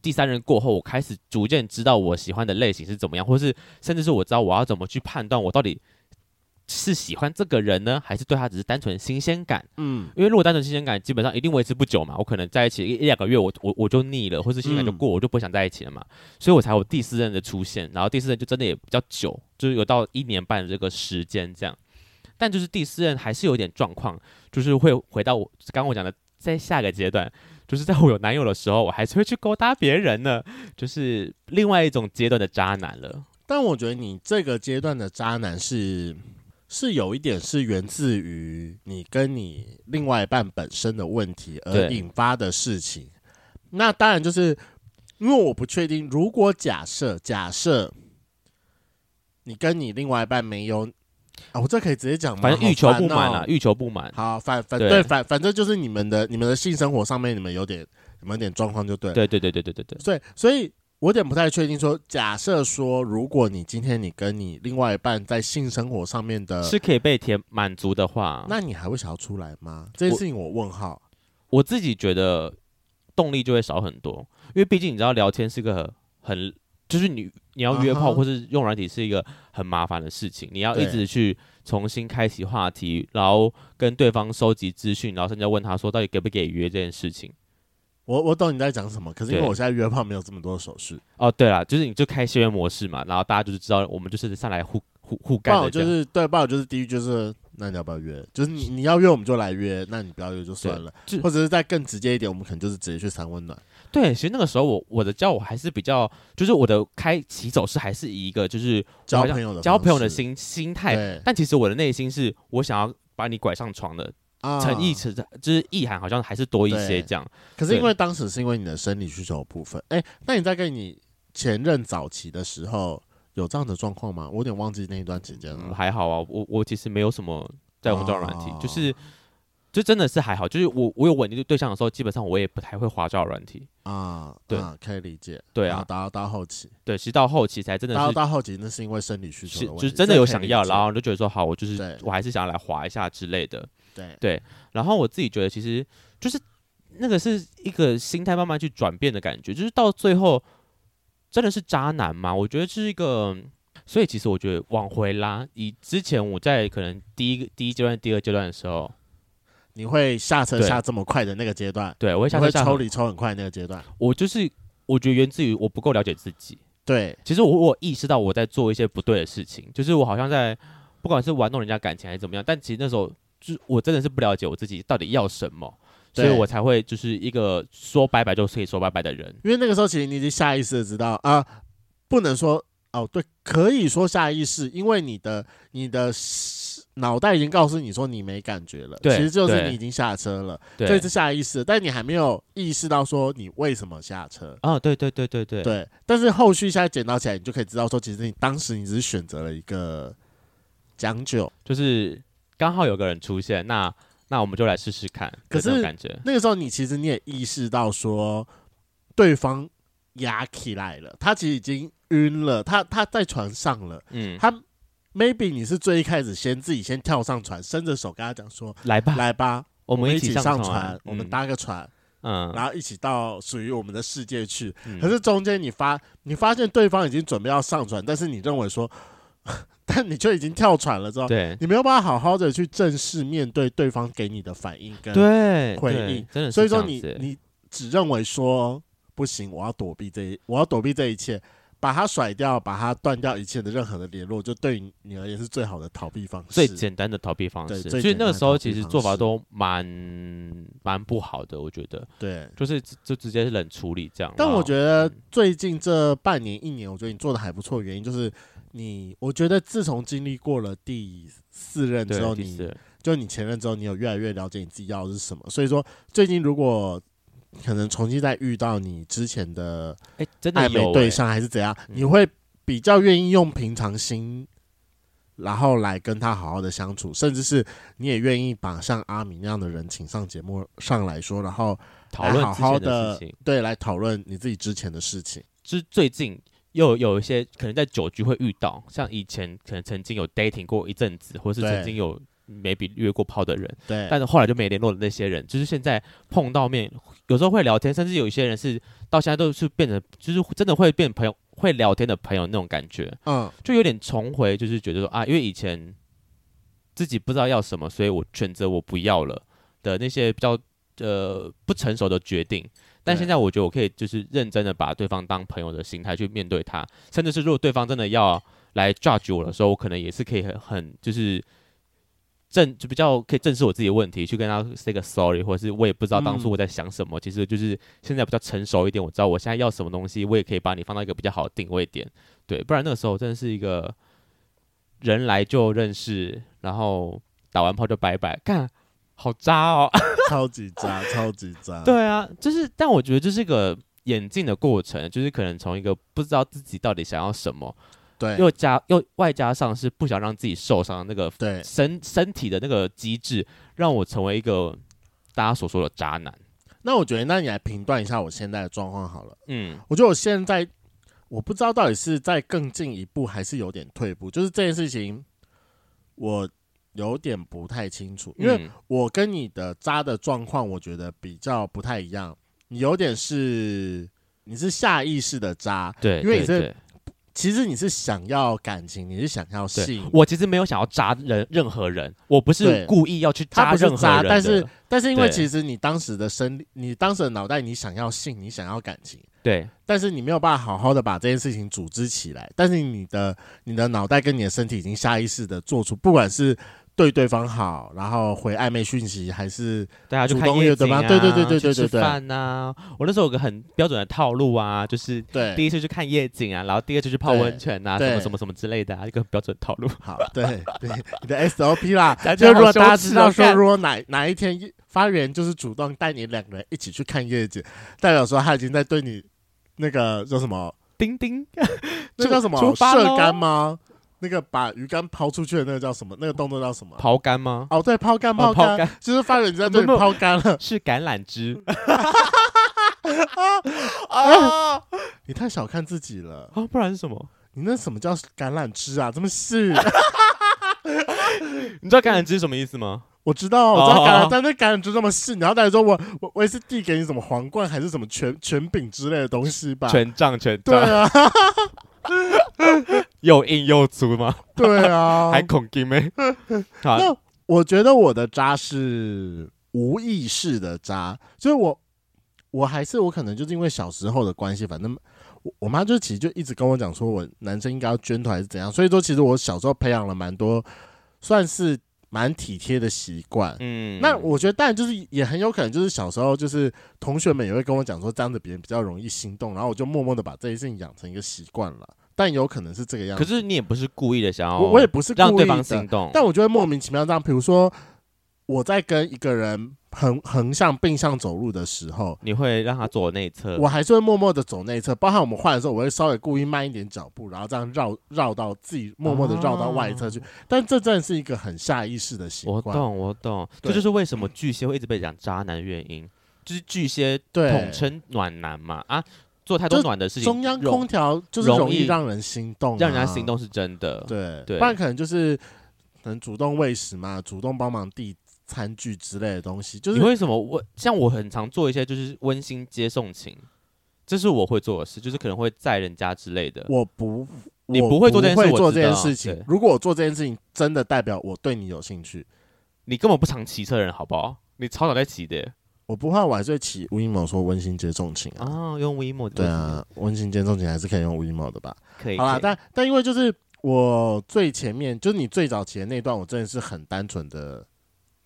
Speaker 1: 第三任过后，我开始逐渐知道我喜欢的类型是怎么样，或是甚至是我知道我要怎么去判断我到底是喜欢这个人呢，还是对他只是单纯新鲜感。
Speaker 2: 嗯，
Speaker 1: 因为如果单纯新鲜感，基本上一定维持不久嘛。我可能在一起一一两个月我，我我就腻了，或是新鲜感就过，我就不想在一起了嘛。所以我才有第四任的出现，然后第四任就真的也比较久，就是有到一年半的这个时间这样。但就是第四任还是有点状况，就是会回到我刚刚我讲的，在下个阶段，就是在我有男友的时候，我还是会去勾搭别人呢，就是另外一种阶段的渣男了。
Speaker 2: 但我觉得你这个阶段的渣男是是有一点是源自于你跟你另外一半本身的问题而
Speaker 1: 对
Speaker 2: 引发的事情。那当然就是因为我不确定，如果假设假设你跟你另外一半没有啊，我这可以直接讲吗？
Speaker 1: 反正欲求不满
Speaker 2: 了、
Speaker 1: 啊，欲求不满，
Speaker 2: 好，反反
Speaker 1: 对
Speaker 2: 对反反正就是你们的你们的性生活上面你们有点你们有点状况就对了。
Speaker 1: 对对对对对对对，
Speaker 2: 对，所以我有点不太确定说，假设说，如果你今天你跟你另外一半在性生活上面的，
Speaker 1: 是可以被填满足的话，
Speaker 2: 那你还会想要出来吗？这件事情我问号。
Speaker 1: 我自己觉得动力就会少很多，因为毕竟你知道聊天是个很，就是你你要约
Speaker 2: 啊哈
Speaker 1: 炮或是用软体是一个很麻烦的事情，你要一
Speaker 2: 对
Speaker 1: 直去重新开启话题，然后跟对方收集资讯，然后甚至要问他说到底给不给约这件事情。
Speaker 2: 我我懂你在讲什么，可是因为
Speaker 1: 对
Speaker 2: 我现在约炮没有这么多手续，
Speaker 1: 哦，对了，就是你就开契约模式嘛，然后大家就是知道我们就是上来互互互
Speaker 2: 不
Speaker 1: 干
Speaker 2: 然
Speaker 1: 的
Speaker 2: 我
Speaker 1: 这
Speaker 2: 就
Speaker 1: 样。
Speaker 2: 是对，不然我就是第一句就是，那你要不要约？就是你你要约我们就来约，那你不要约就算了
Speaker 1: 对，就
Speaker 2: 或者是再更直接一点，我们可能就是直接去三温暖。
Speaker 1: 对，其实那个时候我我的交友还是比较，就是我的开启走势还是以一个就是
Speaker 2: 交
Speaker 1: 我好像
Speaker 2: 朋友的
Speaker 1: 交朋友
Speaker 2: 方
Speaker 1: 的
Speaker 2: 式
Speaker 1: 心心态，
Speaker 2: 对
Speaker 1: 但其实我的内心是我想要把你拐上床的，
Speaker 2: 啊
Speaker 1: 诚意是就是意涵好像还是多一些
Speaker 2: 对
Speaker 1: 这样。
Speaker 2: 可是因
Speaker 1: 对
Speaker 2: 为当时是因为你的生理需求的部分，哎、那你在跟你前任早期的时候有这样的状况吗？我有点忘记那一段时间了。
Speaker 1: 嗯，还好啊，我我其实没有什么在玩交友软体，
Speaker 2: 哦
Speaker 1: 就是就真的是还好，就是我我有稳定的对象的时候，基本上我也不太会滑交友软体。
Speaker 2: 啊，
Speaker 1: 对
Speaker 2: 啊，可以理解。
Speaker 1: 对
Speaker 2: 然
Speaker 1: 啊
Speaker 2: 后，到到后期，
Speaker 1: 对，其实到后期才真
Speaker 2: 到
Speaker 1: 的
Speaker 2: 到后期那是因为生理需
Speaker 1: 是
Speaker 2: 求
Speaker 1: 是
Speaker 2: 的问
Speaker 1: 就
Speaker 2: 题，
Speaker 1: 是真的有
Speaker 2: 这可
Speaker 1: 想
Speaker 2: 以
Speaker 1: 要，
Speaker 2: 理解
Speaker 1: 然后就觉得说好，我就是
Speaker 2: 对
Speaker 1: 我还是想要来滑一下之类的。
Speaker 2: 对
Speaker 1: 对然后我自己觉得其实就是那个是一个心态慢慢去转变的感觉，就是到最后真的是渣男嘛？我觉得是一个，所以其实我觉得往回拉，以之前我在可能第一个第一阶段、第二阶段的时候，
Speaker 2: 你会下车
Speaker 1: 对
Speaker 2: 下这么快的那个阶段，
Speaker 1: 对我会
Speaker 2: 你
Speaker 1: 下
Speaker 2: 会
Speaker 1: 车下
Speaker 2: 抽
Speaker 1: 很，
Speaker 2: 离抽很快的那个阶段，
Speaker 1: 我就是我觉得源自于我不够了解自己。
Speaker 2: 对，
Speaker 1: 其实我我有意识到我在做一些不对的事情，就是我好像在不管是玩弄人家感情还是怎么样，但其实那时候就是我真的是不了解我自己到底要什么，所以
Speaker 2: 对
Speaker 1: 我才会就是一个说拜拜就可以说拜拜的人。
Speaker 2: 因为那个时候其实你已经下意识的知道啊，不能说哦，对，可以说下意识，因为你的你的脑袋已经告诉你说你没感觉了，
Speaker 1: 对
Speaker 2: 其实就是
Speaker 1: 对
Speaker 2: 你已经下车了，这
Speaker 1: 对
Speaker 2: 是，下意识的，但你还没有意识到说你为什么下车。
Speaker 1: 啊，对对对对对，
Speaker 2: 对，但是后续现在捡到起来，你就可以知道说，其实你当时你只是选择了一个将就。
Speaker 1: 就是刚好有个人出现，那那我们就来试试看，
Speaker 2: 可
Speaker 1: 这种
Speaker 2: 是
Speaker 1: 感觉，
Speaker 2: 那个时候你其实你也意识到说，对方压起来了，他其实已经晕了，他他在船上了，
Speaker 1: 嗯，
Speaker 2: 他 maybe 你是最一开始先自己先跳上船，伸着手跟他讲说，
Speaker 1: 来吧，
Speaker 2: 来吧，
Speaker 1: 我
Speaker 2: 我们
Speaker 1: 们
Speaker 2: 一
Speaker 1: 起
Speaker 2: 起
Speaker 1: 上
Speaker 2: 上
Speaker 1: 船
Speaker 2: 船，，我们
Speaker 1: 嗯，
Speaker 2: 搭个船，
Speaker 1: 嗯，
Speaker 2: 然后一起到属于我们的世界去。
Speaker 1: 嗯
Speaker 2: 可是中间你发你发现对方已经准备要上船，但是你认为说， 但你却已经跳船了之后，
Speaker 1: 嗯对
Speaker 2: 你没有办法好好的去正式面对对方给你的反应跟，
Speaker 1: 对
Speaker 2: 回
Speaker 1: 对
Speaker 2: 应
Speaker 1: 真的是
Speaker 2: 所以
Speaker 1: 这
Speaker 2: 说
Speaker 1: 样
Speaker 2: 你
Speaker 1: 子
Speaker 2: 你只认为说不行，我要躲避这一，我要躲避这一切。把它甩掉，把它断掉一切的任何的联络，就对你而言是最好的逃避方式。
Speaker 1: 最简单的逃避方
Speaker 2: 对
Speaker 1: 式，
Speaker 2: 最
Speaker 1: 所以
Speaker 2: 简
Speaker 1: 那
Speaker 2: 单
Speaker 1: 个
Speaker 2: 的
Speaker 1: 时候
Speaker 2: 逃
Speaker 1: 其
Speaker 2: 避
Speaker 1: 实
Speaker 2: 方
Speaker 1: 做法
Speaker 2: 式
Speaker 1: 都蛮蛮不好的，我觉得
Speaker 2: 对，
Speaker 1: 就是直就直接冷处理这样。
Speaker 2: 但
Speaker 1: 然
Speaker 2: 我
Speaker 1: 后
Speaker 2: 觉得最近这半年一年，我觉得你做的还不错，原因就是你，我觉得自从经历过了第四任之后，
Speaker 1: 对第
Speaker 2: 你
Speaker 1: 四人，
Speaker 2: 就你前任之后，你有越来越了解你自己要的是什么。所以说，最近如果可能重新再遇到你之前的
Speaker 1: 哎，真的
Speaker 2: 暧
Speaker 1: 有
Speaker 2: 昧对
Speaker 1: 欸
Speaker 2: 象还是怎样，
Speaker 1: 嗯
Speaker 2: 你会比较愿意用平常心，然后来跟他好好的相处，甚至是你也愿意把像阿明那样的人请上节目上来说，然后
Speaker 1: 讨论
Speaker 2: 好
Speaker 1: 之前
Speaker 2: 哎好
Speaker 1: 的事
Speaker 2: 的
Speaker 1: 情，
Speaker 2: 对来讨论你自己之前的事情。
Speaker 1: 就是最近又有一些可能在酒局会遇到，像以前可能曾经有 dating 过一阵子，或是曾
Speaker 2: 对
Speaker 1: 经有 maybe 约过炮的人，
Speaker 2: 对，
Speaker 1: 但是后来就没联络的那些人，就是现在碰到面，有时候会聊天，甚至有一些人是到现在都是变成，就是真的会变朋友，会聊天的朋友那种感觉，
Speaker 2: 嗯，
Speaker 1: 就有点重回，就是觉得说啊，因为以前自己不知道要什么，所以我选择我不要了的那些比较呃不成熟的决定。但
Speaker 2: 对
Speaker 1: 现在我觉得我可以就是认真的把对方当朋友的心态去面对他，甚至是如果对方真的要来 judge 我的时候，我可能也是可以很很就是正就比较可以正视我自己的问题，去跟他 say 个 sorry，或者是我也不知道当初
Speaker 2: 嗯
Speaker 1: 我在想什么。其实就是现在比较成熟一点，我知道我现在要什么东西，我也可以把你放到一个比较好的定位点。对，不然那个时候真的是一个人来就认识，然后打完炮就拜拜，干好渣哦。
Speaker 2: 超级渣，超级渣。，
Speaker 1: 对啊，就是，但我觉得这是个演进的过程，就是可能从一个不知道自己到底想要什么，
Speaker 2: 对
Speaker 1: 又加又外加上是不想让自己受伤的那个
Speaker 2: 对，
Speaker 1: 身身体的那个机制，让我成为一个大家所说的渣男。
Speaker 2: 那我觉得，那你来评断一下我现在的状况好了。
Speaker 1: 嗯，
Speaker 2: 我觉得我现在，我不知道到底是在更进一步，还是有点退步。就是这件事情，我有点不太清楚，因为
Speaker 1: 嗯
Speaker 2: 我跟你的渣的状况，我觉得比较不太一样。你有点是，你是下意识的渣，
Speaker 1: 对，
Speaker 2: 因为你
Speaker 1: 对
Speaker 2: 是
Speaker 1: 对
Speaker 2: 其实你是想要感情，你是想要
Speaker 1: 对
Speaker 2: 性，
Speaker 1: 我其实没有想要渣人任何人，我不是
Speaker 2: 对
Speaker 1: 故意要去
Speaker 2: 他
Speaker 1: 渣
Speaker 2: 不是
Speaker 1: 任何
Speaker 2: 渣，
Speaker 1: 人的，
Speaker 2: 但是但是因为
Speaker 1: 对
Speaker 2: 其实你当时的生理，你当时的脑袋，你想要性，你想要感情。
Speaker 1: 对
Speaker 2: 但是你没有办法好好的把这件事情组织起来，但是你的你的脑袋跟你的身体已经下意识的做出，不管是对对方好，然后回暧昧讯息，还是
Speaker 1: 大家去
Speaker 2: 主
Speaker 1: 看
Speaker 2: 动
Speaker 1: 夜
Speaker 2: 约对
Speaker 1: 景
Speaker 2: 吧
Speaker 1: 啊，
Speaker 2: 对对对对
Speaker 1: 去
Speaker 2: 对
Speaker 1: 吃
Speaker 2: 对对
Speaker 1: 饭啊。我那时候有个很标准的套路啊，就是第
Speaker 2: 对
Speaker 1: 一次去看夜景啊，然后第二次去泡
Speaker 2: 对
Speaker 1: 温泉啊，
Speaker 2: 对
Speaker 1: 什么什么什么之类的啊，一个很标准的套路。
Speaker 2: 好对对你的 SOP 啦
Speaker 1: 讲，起来
Speaker 2: 就如
Speaker 1: 好
Speaker 2: 果
Speaker 1: 羞
Speaker 2: 大家
Speaker 1: 耻
Speaker 2: 知
Speaker 1: 哦
Speaker 2: 道说，
Speaker 1: 干
Speaker 2: 如果哪哪一天发源就是主动带你两个人一起去看夜景，代表说他已经在对你那个叫什么，
Speaker 1: 丁丁，
Speaker 2: 那叫什么
Speaker 1: 出发
Speaker 2: 射
Speaker 1: 喽
Speaker 2: 竿吗？那个把鱼竿抛出去的那个叫什么？那个动作叫什么？
Speaker 1: 抛竿吗？
Speaker 2: 哦，对，抛竿，
Speaker 1: 哦
Speaker 2: 抛
Speaker 1: 抛
Speaker 2: 竿，
Speaker 1: 竿
Speaker 2: 就是发源已经在对你
Speaker 1: 不不
Speaker 2: 抛竿了。
Speaker 1: 是橄榄枝。啊啊！
Speaker 2: 你太小看自己了，
Speaker 1: 哦不然是什么？
Speaker 2: 你那什么叫橄榄枝啊？这么细？
Speaker 1: 你知道橄榄枝是什么意思吗？
Speaker 2: 我知道，我知道
Speaker 1: 哦
Speaker 2: 橄榄，但那橄榄枝这么细，然后大家说我我我也是递给你什么皇冠还是什么权权柄之类的东西吧？
Speaker 1: 权杖，权
Speaker 2: 嗯对
Speaker 1: 杖，
Speaker 2: 啊，
Speaker 1: 又硬又粗吗？
Speaker 2: 对啊
Speaker 1: 还。恐惊没？ 好，
Speaker 2: 那我觉得我的渣是无意识的渣，就是我我还是我可能就是因为小时候的关系，反正我我妈就其实就一直跟我讲说，我男生应该要捐头还是怎样，所以说其实我小时候培养了蛮多算是蛮体贴的习惯。
Speaker 1: 嗯
Speaker 2: 那我觉得，当然就是也很有可能，就是小时候就是同学们也会跟我讲说，这样子别人比较容易心动，然后我就默默的把这一件事情养成一个习惯了。但有可能是这个样
Speaker 1: 可
Speaker 2: 子。
Speaker 1: 是你也不是故意的想要，
Speaker 2: 我我也不是
Speaker 1: 让
Speaker 2: 故
Speaker 1: 对
Speaker 2: 意
Speaker 1: 方
Speaker 2: 的
Speaker 1: 心动，
Speaker 2: 但我就会莫名其妙这样，比如说我在跟一个人横横向并向走路的时候，
Speaker 1: 你会让他坐我内侧。
Speaker 2: 我还是会默默的走内侧，包含我们换的时候，我会稍微故意慢一点脚步，然后这样绕绕到自己默默的绕到外侧去。但这真的是一个很下意识的习
Speaker 1: 啊我
Speaker 2: 惯，
Speaker 1: 懂，我懂，这
Speaker 2: 对
Speaker 1: 就是为什么巨蟹会一直被讲渣男的原因，就是巨蟹统
Speaker 2: 对。
Speaker 1: 称暖男嘛啊，做太多
Speaker 2: 就
Speaker 1: 暖的事情，
Speaker 2: 中央
Speaker 1: 容
Speaker 2: 空调就是
Speaker 1: 容
Speaker 2: 容
Speaker 1: 易
Speaker 2: 易让人心动、啊
Speaker 1: 让人家心。动是真的。
Speaker 2: 对，
Speaker 1: 对
Speaker 2: 不然可能就是可能主动喂食嘛，主动帮忙递餐具之类的东西，就
Speaker 1: 你
Speaker 2: 是
Speaker 1: 为什么我像我很常做一些就是温馨接送情，这是我会做的事，就是可能会载人家之类的。
Speaker 2: 我不。
Speaker 1: 你
Speaker 2: 我
Speaker 1: 不
Speaker 2: 不
Speaker 1: 会做这件事
Speaker 2: 会
Speaker 1: 我
Speaker 2: 做
Speaker 1: 知
Speaker 2: 这件
Speaker 1: 道
Speaker 2: 事情
Speaker 1: 对。
Speaker 2: 如果我做这件事情，真的代表我对你有兴趣。
Speaker 1: 你根本不常骑车的人，好不好？你超早在骑的耶
Speaker 2: 我不怕，我还是会起吴一谋说温馨接送情啊。
Speaker 1: 啊，用 WeMo
Speaker 2: 对啊，温馨接送情还是可以用吴一谋的吧？
Speaker 1: 可以，
Speaker 2: 好啦，
Speaker 1: 可以
Speaker 2: 但但因为就是我最前面，就是你最早期的那段，我真的是很单纯的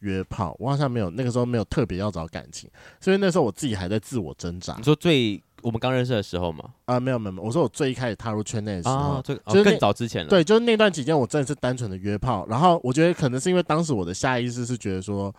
Speaker 2: 约炮，我好像没有那个时候没有特别要找感情，所以那时候我自己还在自我挣扎
Speaker 1: 你说最我们刚认识的时候嘛，
Speaker 2: 啊，没有没有，没有我说我最一开始踏入圈内的时候
Speaker 1: 啊，，最
Speaker 2: 就
Speaker 1: 哦
Speaker 2: 是那
Speaker 1: 更早之前了，
Speaker 2: 对，就是那段期间，我真的是单纯的约炮。然后我觉得可能是因为当时我的下意识是觉得说，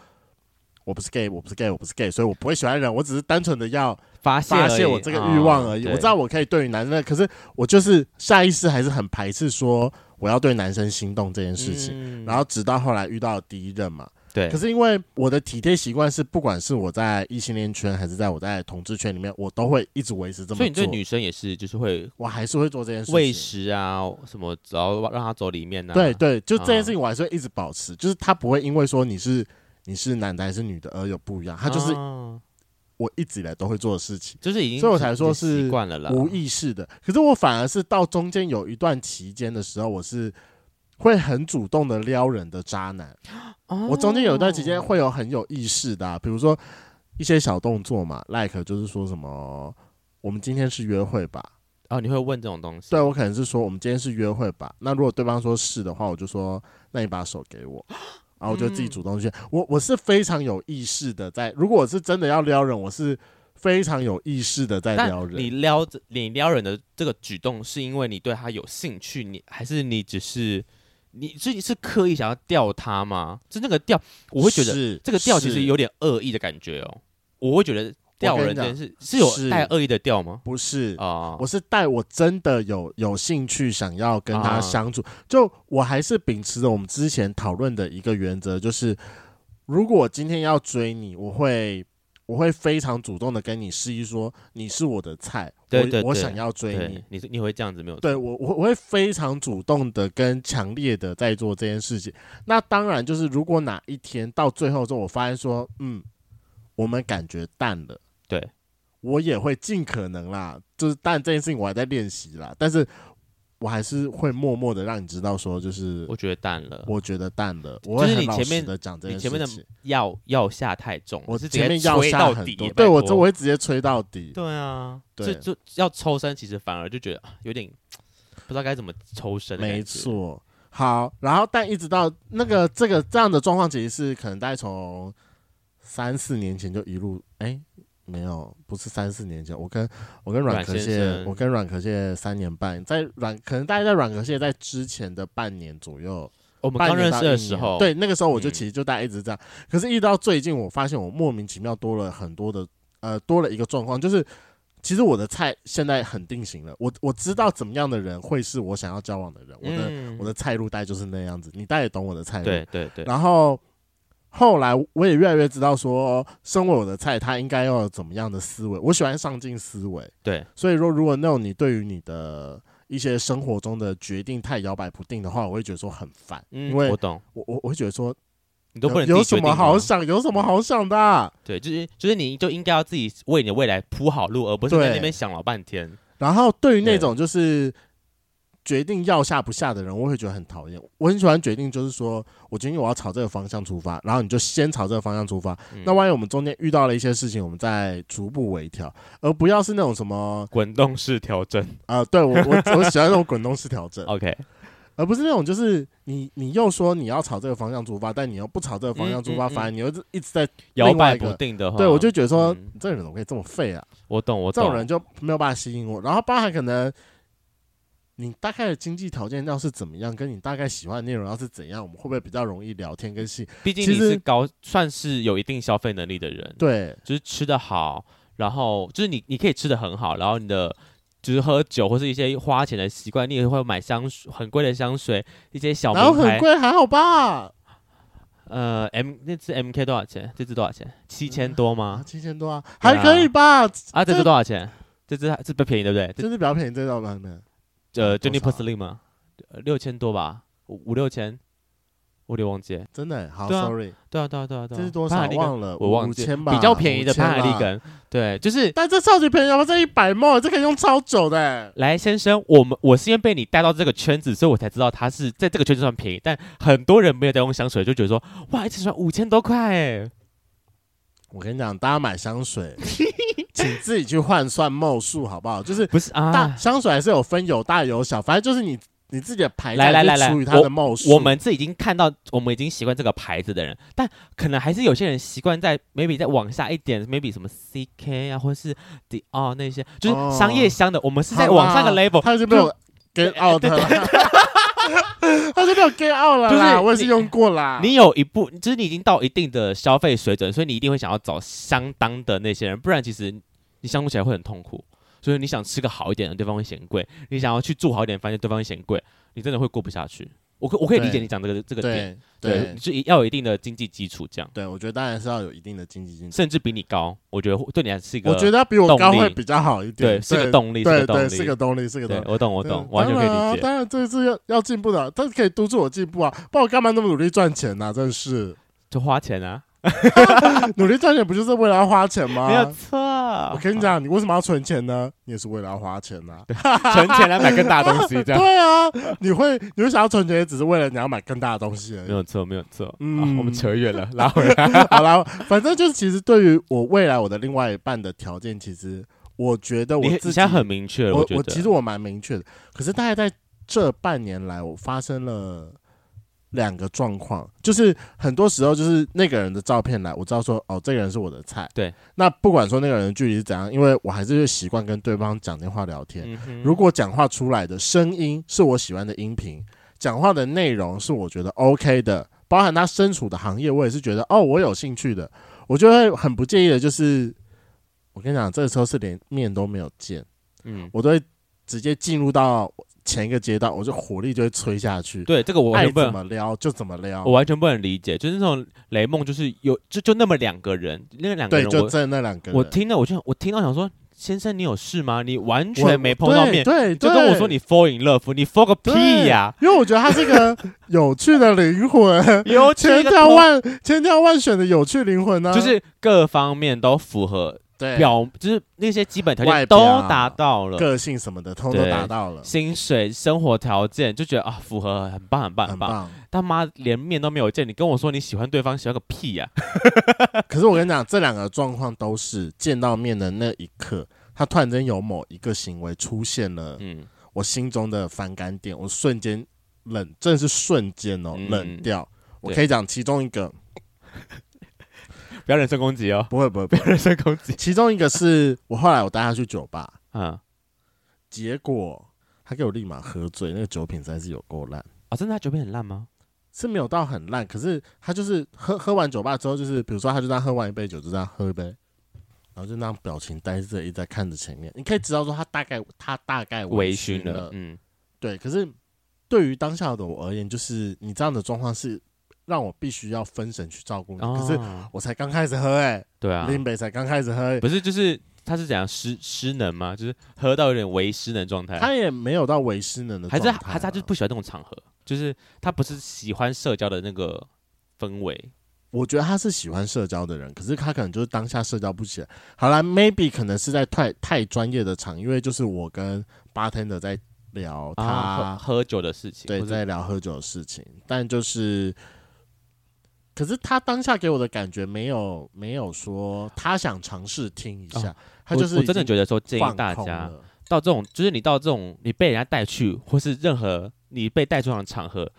Speaker 2: 我不是 gay，我不是 gay，我不是 gay，所以我不会喜欢人，我只是单纯的要
Speaker 1: 发泄哦啊
Speaker 2: 发
Speaker 1: 发
Speaker 2: 泄我这个欲望而已。我知道我可以对于男生的，可是我就是下意识还是很排斥说我要对男生心动这件事情。
Speaker 1: 情
Speaker 2: 然后直到后来遇到第一任嘛，
Speaker 1: 嗯对
Speaker 2: 可，是因为我的体贴习惯是，不管是我在异性恋圈还是在我在同志圈里面，我都会一直维持这么
Speaker 1: 所以你
Speaker 2: 做
Speaker 1: 对。女生也是就是会
Speaker 2: 我还是会做这件事
Speaker 1: 喂
Speaker 2: 情。
Speaker 1: 食啊什么，只要让她走里面啊，
Speaker 2: 对对，就
Speaker 1: 啊
Speaker 2: 这件事情我还是会一直保持，就是他不会因为说你是你是男的还是女的而有不一样，他就是
Speaker 1: 啊
Speaker 2: 我一直以来都会做的事情，
Speaker 1: 就是已经，
Speaker 2: 所以我才说是
Speaker 1: 习惯了啦，
Speaker 2: 无意识的。可是我反而是到中间有一段期间的时候，我是会很主动的撩人的渣男。
Speaker 1: 哦。
Speaker 2: 我中间有一段期间会有很有意识的啊、比如说一些小动作嘛，like 就是说什么我们今天是约会吧，
Speaker 1: 哦，你会问这种东西，
Speaker 2: 对我可能是说我们今天是约会吧。那如果对方说是的话，我就说那你把手 给我，然后我就自己主动去。我我是非常有意识的在，如果我是真的要撩人，我是非常有意识的在
Speaker 1: 但
Speaker 2: 撩人。
Speaker 1: 你撩着你撩人的这个举动，是因为你对他有兴趣，你还是你只是你自己是刻意想要钓他吗？就那个钓，我会觉得
Speaker 2: 是
Speaker 1: 这个钓
Speaker 2: 是
Speaker 1: 其实有点恶意的感觉哦。我会觉得钓人这件事是有
Speaker 2: 是
Speaker 1: 带恶意的钓吗？
Speaker 2: 不是。
Speaker 1: 啊，
Speaker 2: 我是带我真的有有兴趣想要跟
Speaker 1: 啊
Speaker 2: 他相处，就我还是秉持着我们之前讨论的一个原则，就是如果我今天要追你，我会我会非常主动的跟你示意说你是我的菜，
Speaker 1: 对对
Speaker 2: 我我
Speaker 1: 对
Speaker 2: 想要追你
Speaker 1: 对，，你是你会这样子没有？
Speaker 2: 对我我我会非常主动的跟强烈的在做这件事情。那当然就是如果哪一天到最后之后，我发现说，嗯，我们感觉淡了，
Speaker 1: 对
Speaker 2: 我也会尽可能啦，就是但这件事情我还在练习啦，但是我还是会默默的让你知道说，就是
Speaker 1: 我觉得淡了，
Speaker 2: 我觉得淡了，我
Speaker 1: 就是
Speaker 2: 会很
Speaker 1: 你
Speaker 2: 老
Speaker 1: 前
Speaker 2: 实
Speaker 1: 面
Speaker 2: 的讲这
Speaker 1: 你
Speaker 2: 件
Speaker 1: 前
Speaker 2: 事
Speaker 1: 面的
Speaker 2: 情。
Speaker 1: 药药下太重，
Speaker 2: 我
Speaker 1: 是直
Speaker 2: 前
Speaker 1: 接
Speaker 2: 面要
Speaker 1: 吹
Speaker 2: 下
Speaker 1: 到
Speaker 2: 很
Speaker 1: 底
Speaker 2: 多，
Speaker 1: 耶，
Speaker 2: 对
Speaker 1: 拜
Speaker 2: 我
Speaker 1: 托
Speaker 2: 这我会直接吹到底。
Speaker 1: 对啊，
Speaker 2: 对
Speaker 1: 就就要抽身，其实反而就觉得啊有点不知道该怎么抽身。
Speaker 2: 没，错。好，然后但一直到那
Speaker 1: 嗯
Speaker 2: 个这个这样的状况，其实是可能大概从三四年前就一路哎、没有，不是三四年前，我跟我跟软
Speaker 1: 阮
Speaker 2: 壳
Speaker 1: 先
Speaker 2: 蟹
Speaker 1: 生，
Speaker 2: 我跟软壳蟹三年半，在软可能大概在软壳蟹在之前的半年左右，
Speaker 1: 我们
Speaker 2: 半
Speaker 1: 刚
Speaker 2: 年
Speaker 1: 认
Speaker 2: 到
Speaker 1: 识的
Speaker 2: 一
Speaker 1: 时
Speaker 2: 年
Speaker 1: 候，
Speaker 2: 对，那个时候我就
Speaker 1: 嗯
Speaker 2: 其实就大概一直这样，可是一直到最近，我发现我莫名其妙多了很多的呃多了一个状况，就是其实我的菜现在很定型了，我我知道怎么样的人会是我想要交往的人，我的。
Speaker 1: 嗯
Speaker 2: 我的菜路带就是那样子，你大概也懂我的菜路。
Speaker 1: 对对对，
Speaker 2: 然后后来我也越来越知道说，身为我的菜，他应该要有怎么样的思维。我喜欢上进思维，
Speaker 1: 对
Speaker 2: 所以说如果那种你对于你的一些生活中的决定太摇摆不定的话，我会觉得说很烦，
Speaker 1: 嗯，
Speaker 2: 因为
Speaker 1: 我懂，
Speaker 2: 我我我会觉得说
Speaker 1: 你都不能
Speaker 2: 有
Speaker 1: 自己
Speaker 2: 有
Speaker 1: 决
Speaker 2: 什
Speaker 1: 定
Speaker 2: 么好
Speaker 1: 吗嗯
Speaker 2: 想，有什么好想的啊、
Speaker 1: 对，就是就是你就应该要自己为你的未来铺好路，而不是在那边想老半天。
Speaker 2: 然后对于那
Speaker 1: 对
Speaker 2: 种就是决定要下不下的人，我会觉得很讨厌。我很喜欢决定，就是说我决定我要朝这个方向出发，然后你就先朝这个方向出发。
Speaker 1: 嗯
Speaker 2: 那万一我们中间遇到了一些事情，我们再逐步微调，而不要是那种什么
Speaker 1: 滚动式调 整
Speaker 2: 呃，对我我 我喜欢那种滚动式调整，
Speaker 1: ，OK，
Speaker 2: 而不是那种就是你你又说你要朝这个方向出发，但你又不朝这个方向出
Speaker 1: 嗯
Speaker 2: 发，
Speaker 1: 嗯嗯
Speaker 2: 反而你又是一直在
Speaker 1: 摇
Speaker 2: 另外
Speaker 1: 摆
Speaker 2: 一个
Speaker 1: 不定的话，
Speaker 2: 对我就觉得说
Speaker 1: 嗯
Speaker 2: 你这个人怎么可以这么废啊？
Speaker 1: 我懂，我
Speaker 2: 这
Speaker 1: 懂，
Speaker 2: 种人就没有办法吸引我。然后包含可能你大概的经济条件要是怎么样，跟你大概喜欢的内容要是怎样，我们会不会比较容易聊天跟吸？
Speaker 1: 毕竟
Speaker 2: 其
Speaker 1: 你
Speaker 2: 实
Speaker 1: 是高，算是有一定消费能力的人，
Speaker 2: 对，
Speaker 1: 就是吃的好，然后就是你你可以吃的很好，然后你的就是喝酒或是一些花钱的习惯，你也会买香水很贵的香水，一些小
Speaker 2: 然后
Speaker 1: 名
Speaker 2: 很
Speaker 1: 牌，
Speaker 2: 贵还好吧？
Speaker 1: 呃，M 那支 MK 多少钱？这支多少钱？七千多
Speaker 2: 啊，
Speaker 1: 吗？
Speaker 2: 七千多啊，还可以吧？
Speaker 1: 啊，这
Speaker 2: 这
Speaker 1: 支多少钱？这支这不便宜对不对？这
Speaker 2: 真是比较便宜，这道版本。
Speaker 1: 呃
Speaker 2: 多
Speaker 1: ，Jenny
Speaker 2: 少啊
Speaker 1: Pursley 吗？呃六千多吧，五五六千，我有点忘记了。
Speaker 2: 真的好
Speaker 1: 对啊
Speaker 2: ，sorry，
Speaker 1: 对啊，对啊，对啊，对啊。
Speaker 2: 这是多
Speaker 1: 潘
Speaker 2: 少
Speaker 1: 海利根
Speaker 2: 忘了，
Speaker 1: 我忘记
Speaker 2: 五
Speaker 1: 了
Speaker 2: 千吧，
Speaker 1: 比较便宜的
Speaker 2: 5000啦
Speaker 1: 潘海利。根，对，就是
Speaker 2: 但这超级便宜，要不这一百毛，这可以用超久的欸。
Speaker 1: 来先生，我们我是因为被你带到这个圈子，所以我才知道它是在这个圈子算便宜，但很多人没有在用香水，就觉得说哇，一支算五千多块哎，
Speaker 2: 我跟你讲，大家买 香水，请自己去换算墨数，好不好？就是
Speaker 1: 不是
Speaker 2: 大
Speaker 1: 啊？
Speaker 2: 香水还是有分有大有小，反正就是你你自己的牌价
Speaker 1: 来来来
Speaker 2: 去
Speaker 1: 来
Speaker 2: 除以它的墨数。
Speaker 1: 我们这已经看到，我们已经习惯这个牌子的人，但可能还是有些人习惯在 maybe 再往下一点，maybe 什么 CK 啊，或是 Dior 那些，就
Speaker 2: 哦
Speaker 1: 是商业香的，我们是在
Speaker 2: 好啦
Speaker 1: 往上个 level，
Speaker 2: 他已经被我 get out 了， 他就被我 get out 了
Speaker 1: 就是
Speaker 2: 啦，
Speaker 1: 你
Speaker 2: 我也是用过啦。
Speaker 1: 你有一部，就是你已经到一定的消费水准，所以你一定会想要找相当的那些人，不然其实你相处起来会很痛苦。所以你想吃个好一点的，对方会嫌贵；你想要去住好一点的饭店，对方会嫌贵，你真的会过不下去。我可我可以理解
Speaker 2: 对
Speaker 1: 你讲这个这个点，
Speaker 2: 对
Speaker 1: 对，
Speaker 2: 对
Speaker 1: 你就一要有一定的经济基础，这样
Speaker 2: 对，我觉得当然是要有一定的经济基础，
Speaker 1: 甚至比你高，我觉得对你还是一个，
Speaker 2: 我觉得比我高
Speaker 1: 动力
Speaker 2: 会比较好一点，
Speaker 1: 对是个动力，
Speaker 2: 对
Speaker 1: 是个
Speaker 2: 对
Speaker 1: 动
Speaker 2: 对，
Speaker 1: 力，
Speaker 2: 是个动力，是个动
Speaker 1: 对
Speaker 2: 力。，
Speaker 1: 我懂我懂
Speaker 2: 对，
Speaker 1: 完全可
Speaker 2: 当然啊
Speaker 1: 以理解。
Speaker 2: 当然，这是要要进步的，但是可以督促我进步啊！不然我干嘛那么努力赚钱呢、啊？真是
Speaker 1: 就花钱啊，
Speaker 2: 努力赚钱不就是为了要花钱 吗？
Speaker 1: 没有错。
Speaker 2: 啊我
Speaker 1: 我
Speaker 2: 跟你，讲，你为什么要存钱呢？你也是为了要花钱呐、
Speaker 1: 存钱来买更大的东西，这样
Speaker 2: 对啊，你会你会想要存钱，也只是为了你要买更大的东西而
Speaker 1: 没
Speaker 2: 已。
Speaker 1: 有错，没有错。
Speaker 2: 嗯
Speaker 1: 啊啊我们扯远了，拉回来。
Speaker 2: 好啦，反正就是，其实对于我未来我的另外一半的条件，其实我觉得 我
Speaker 1: 你你
Speaker 2: 自
Speaker 1: 现在
Speaker 2: 己
Speaker 1: 很明确了，
Speaker 2: 我
Speaker 1: 觉得。
Speaker 2: 其实我蛮明确的，可是大概在这半年来，我发生了两个状况，就是很多时候就是那个人的照片来，我知道说哦，这个人是我的菜。
Speaker 1: 对，
Speaker 2: 那不管说那个人的距离是怎样，因为我还是会习惯跟对方讲电话聊天。
Speaker 1: 嗯哼
Speaker 2: 如果讲话出来的声音是我喜欢的音频，讲话的内容是我觉得 OK 的，包含他身处的行业，我也是觉得哦，我有兴趣的，我就会很不介意的，就是。我跟你讲，这个时候是连面都没有见，
Speaker 1: 嗯，
Speaker 2: 我都会直接进入到前一个阶段，我就火力就会吹下去，
Speaker 1: 对这个我完
Speaker 2: 爱
Speaker 1: 全不
Speaker 2: 怎
Speaker 1: 能，
Speaker 2: 么撩就怎么撩
Speaker 1: 我，完全不能理解，就是那种雷梦，就是有就就那么两个人，那两个
Speaker 2: 对，
Speaker 1: 人
Speaker 2: 就
Speaker 1: 我
Speaker 2: 真的那两个人，
Speaker 1: 我听了我就我听到想说，先生你有事吗？你完
Speaker 2: 我
Speaker 1: 全没碰到面，
Speaker 2: 对，对
Speaker 1: 就跟我说你，fall in love，你 fall 个
Speaker 2: 对
Speaker 1: 屁呀！
Speaker 2: 对因为我觉得他是个有趣的 灵魂，
Speaker 1: 有趣
Speaker 2: 千
Speaker 1: 个
Speaker 2: 挑
Speaker 1: 头
Speaker 2: 万千挑万选的有趣灵魂呢、
Speaker 1: 就是各方面都符合，
Speaker 2: 对
Speaker 1: 表就是那些基本条件
Speaker 2: 外
Speaker 1: 都
Speaker 2: 表
Speaker 1: 达到了，
Speaker 2: 个性什么的，通通
Speaker 1: 对
Speaker 2: 达到了，
Speaker 1: 薪水、生活条件就觉得啊符合，很棒很棒
Speaker 2: 很
Speaker 1: 很棒。
Speaker 2: 棒。
Speaker 1: 他妈连面都没有见，你跟我说你喜欢对方，喜欢个屁啊 呀、
Speaker 2: 可是我跟你讲，这两个状况都是见到面的那一刻，他突然间有某一个行为出现了。
Speaker 1: 嗯，
Speaker 2: 我心中的反感点，我瞬间冷，真的是瞬间哦、
Speaker 1: 嗯
Speaker 2: 冷掉。我
Speaker 1: 对
Speaker 2: 可以讲其中一个，
Speaker 1: 不要人身攻击哦，
Speaker 2: 不会不会，不
Speaker 1: 不
Speaker 2: 会
Speaker 1: 要人身攻击。
Speaker 2: 其中一个是我后来我带他去酒吧，
Speaker 1: 嗯，
Speaker 2: 结果他给我立马喝醉，那个酒品实在是有够烂，
Speaker 1: 哦，真的他酒品很烂吗？
Speaker 2: 是没有到很烂，可是他就是喝喝完酒吧之后，就是比如说他就这样喝完一杯酒，就这样喝一杯。然后就那样表情呆滞，一直在看着前面。你可以知道说他大概他大概
Speaker 1: 微
Speaker 2: 醺
Speaker 1: 醺了，嗯，
Speaker 2: 对，可是对于当下的我而言，就是你这样的状况是让我必须要分神去照顾你。可是
Speaker 1: 哦
Speaker 2: 我才刚开始喝、欸，
Speaker 1: 对
Speaker 2: 哎、
Speaker 1: 啊，
Speaker 2: 林北才刚开始喝、欸
Speaker 1: 不是就是他是怎样失失能吗？就是喝到有点微失能状态，
Speaker 2: 他也没有到为失能的
Speaker 1: 还
Speaker 2: 状
Speaker 1: 是
Speaker 2: 态
Speaker 1: 还
Speaker 2: 啊、
Speaker 1: 是他就是不喜欢那种场合，就是他不是喜欢社交的那个氛围。
Speaker 2: 我觉得他是喜欢社交的人，可是他可能就是当下社交不起来。好啦 m a y b e 可能是在太太专业的场，因为就是我跟 bartender 在聊他、
Speaker 1: 啊，喝喝酒的事情，
Speaker 2: 对，
Speaker 1: 或者
Speaker 2: 在聊喝酒的事情，但就是，可是他当下给我的感觉没有没有说他想尝试听一下，
Speaker 1: 哦我
Speaker 2: 他就是
Speaker 1: 我真的
Speaker 2: 已经
Speaker 1: 觉得说建
Speaker 2: 放
Speaker 1: 议大
Speaker 2: 空
Speaker 1: 家
Speaker 2: 了
Speaker 1: 到这种，就是你到这种你被人家带去，或是任何你被带出场的场合，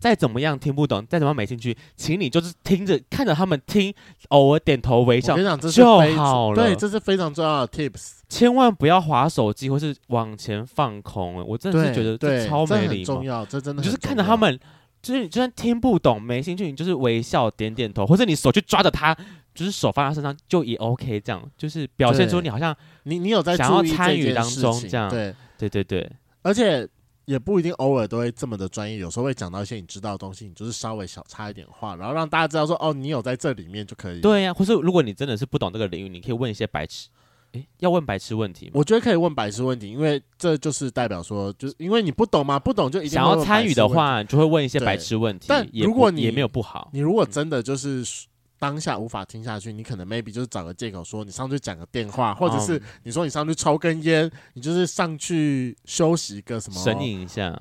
Speaker 1: 再怎么样听不懂，再怎么样没兴趣，请你就是听着看着他们听，偶尔点头微
Speaker 2: 我
Speaker 1: 笑
Speaker 2: 跟，你讲，这是
Speaker 1: 就
Speaker 2: 非
Speaker 1: 好了
Speaker 2: 对，这是非常重要的 tips。
Speaker 1: 千万不要划手机或是往前放空、欸我真的是
Speaker 2: 对，
Speaker 1: 觉得
Speaker 2: 对，
Speaker 1: 这超
Speaker 2: 这
Speaker 1: 没
Speaker 2: 很
Speaker 1: 礼貌
Speaker 2: 重。要，这真的
Speaker 1: 你就是
Speaker 2: 很重
Speaker 1: 看着
Speaker 2: 要
Speaker 1: 他，们，就是你就算听不懂没兴趣，你就是微笑点点头，或者你手去抓着他，就是手放在他身上就也 OK，这样就是表现出
Speaker 2: 对
Speaker 1: 你好像
Speaker 2: 你你有在
Speaker 1: 想要
Speaker 2: 注意这
Speaker 1: 参与
Speaker 2: 件
Speaker 1: 当
Speaker 2: 事
Speaker 1: 中
Speaker 2: 情
Speaker 1: 这样
Speaker 2: 对，
Speaker 1: 对对对，
Speaker 2: 而且也不一定偶尔都会这么的专业，有时候会讲到一些你知道的东西，你就是稍微小插一点话，然后让大家知道说哦，你有在这里面就可以。，
Speaker 1: 对呀、或是如果你真的是不懂这个领域，你可以问一些白痴，诶，要问白痴问题吗？
Speaker 2: 我觉得可以问白痴问题，因为这就是代表说，就是因为你不懂嘛，不懂就一定
Speaker 1: 想
Speaker 2: 会
Speaker 1: 要
Speaker 2: 问
Speaker 1: 参
Speaker 2: 白
Speaker 1: 与
Speaker 2: 痴
Speaker 1: 的
Speaker 2: 问题，
Speaker 1: 话，你就会问一些
Speaker 2: 对
Speaker 1: 白痴问题，
Speaker 2: 但
Speaker 1: 也
Speaker 2: 如
Speaker 1: 不
Speaker 2: 果你
Speaker 1: 也没有不好，
Speaker 2: 你如果真的就是。当下无法听下去，你可能 maybe 就是找个借口说你上去讲个电话，或者是
Speaker 1: 嗯
Speaker 2: 你说你上去抽根烟，你就是上去休息个什么
Speaker 1: 神隐一下，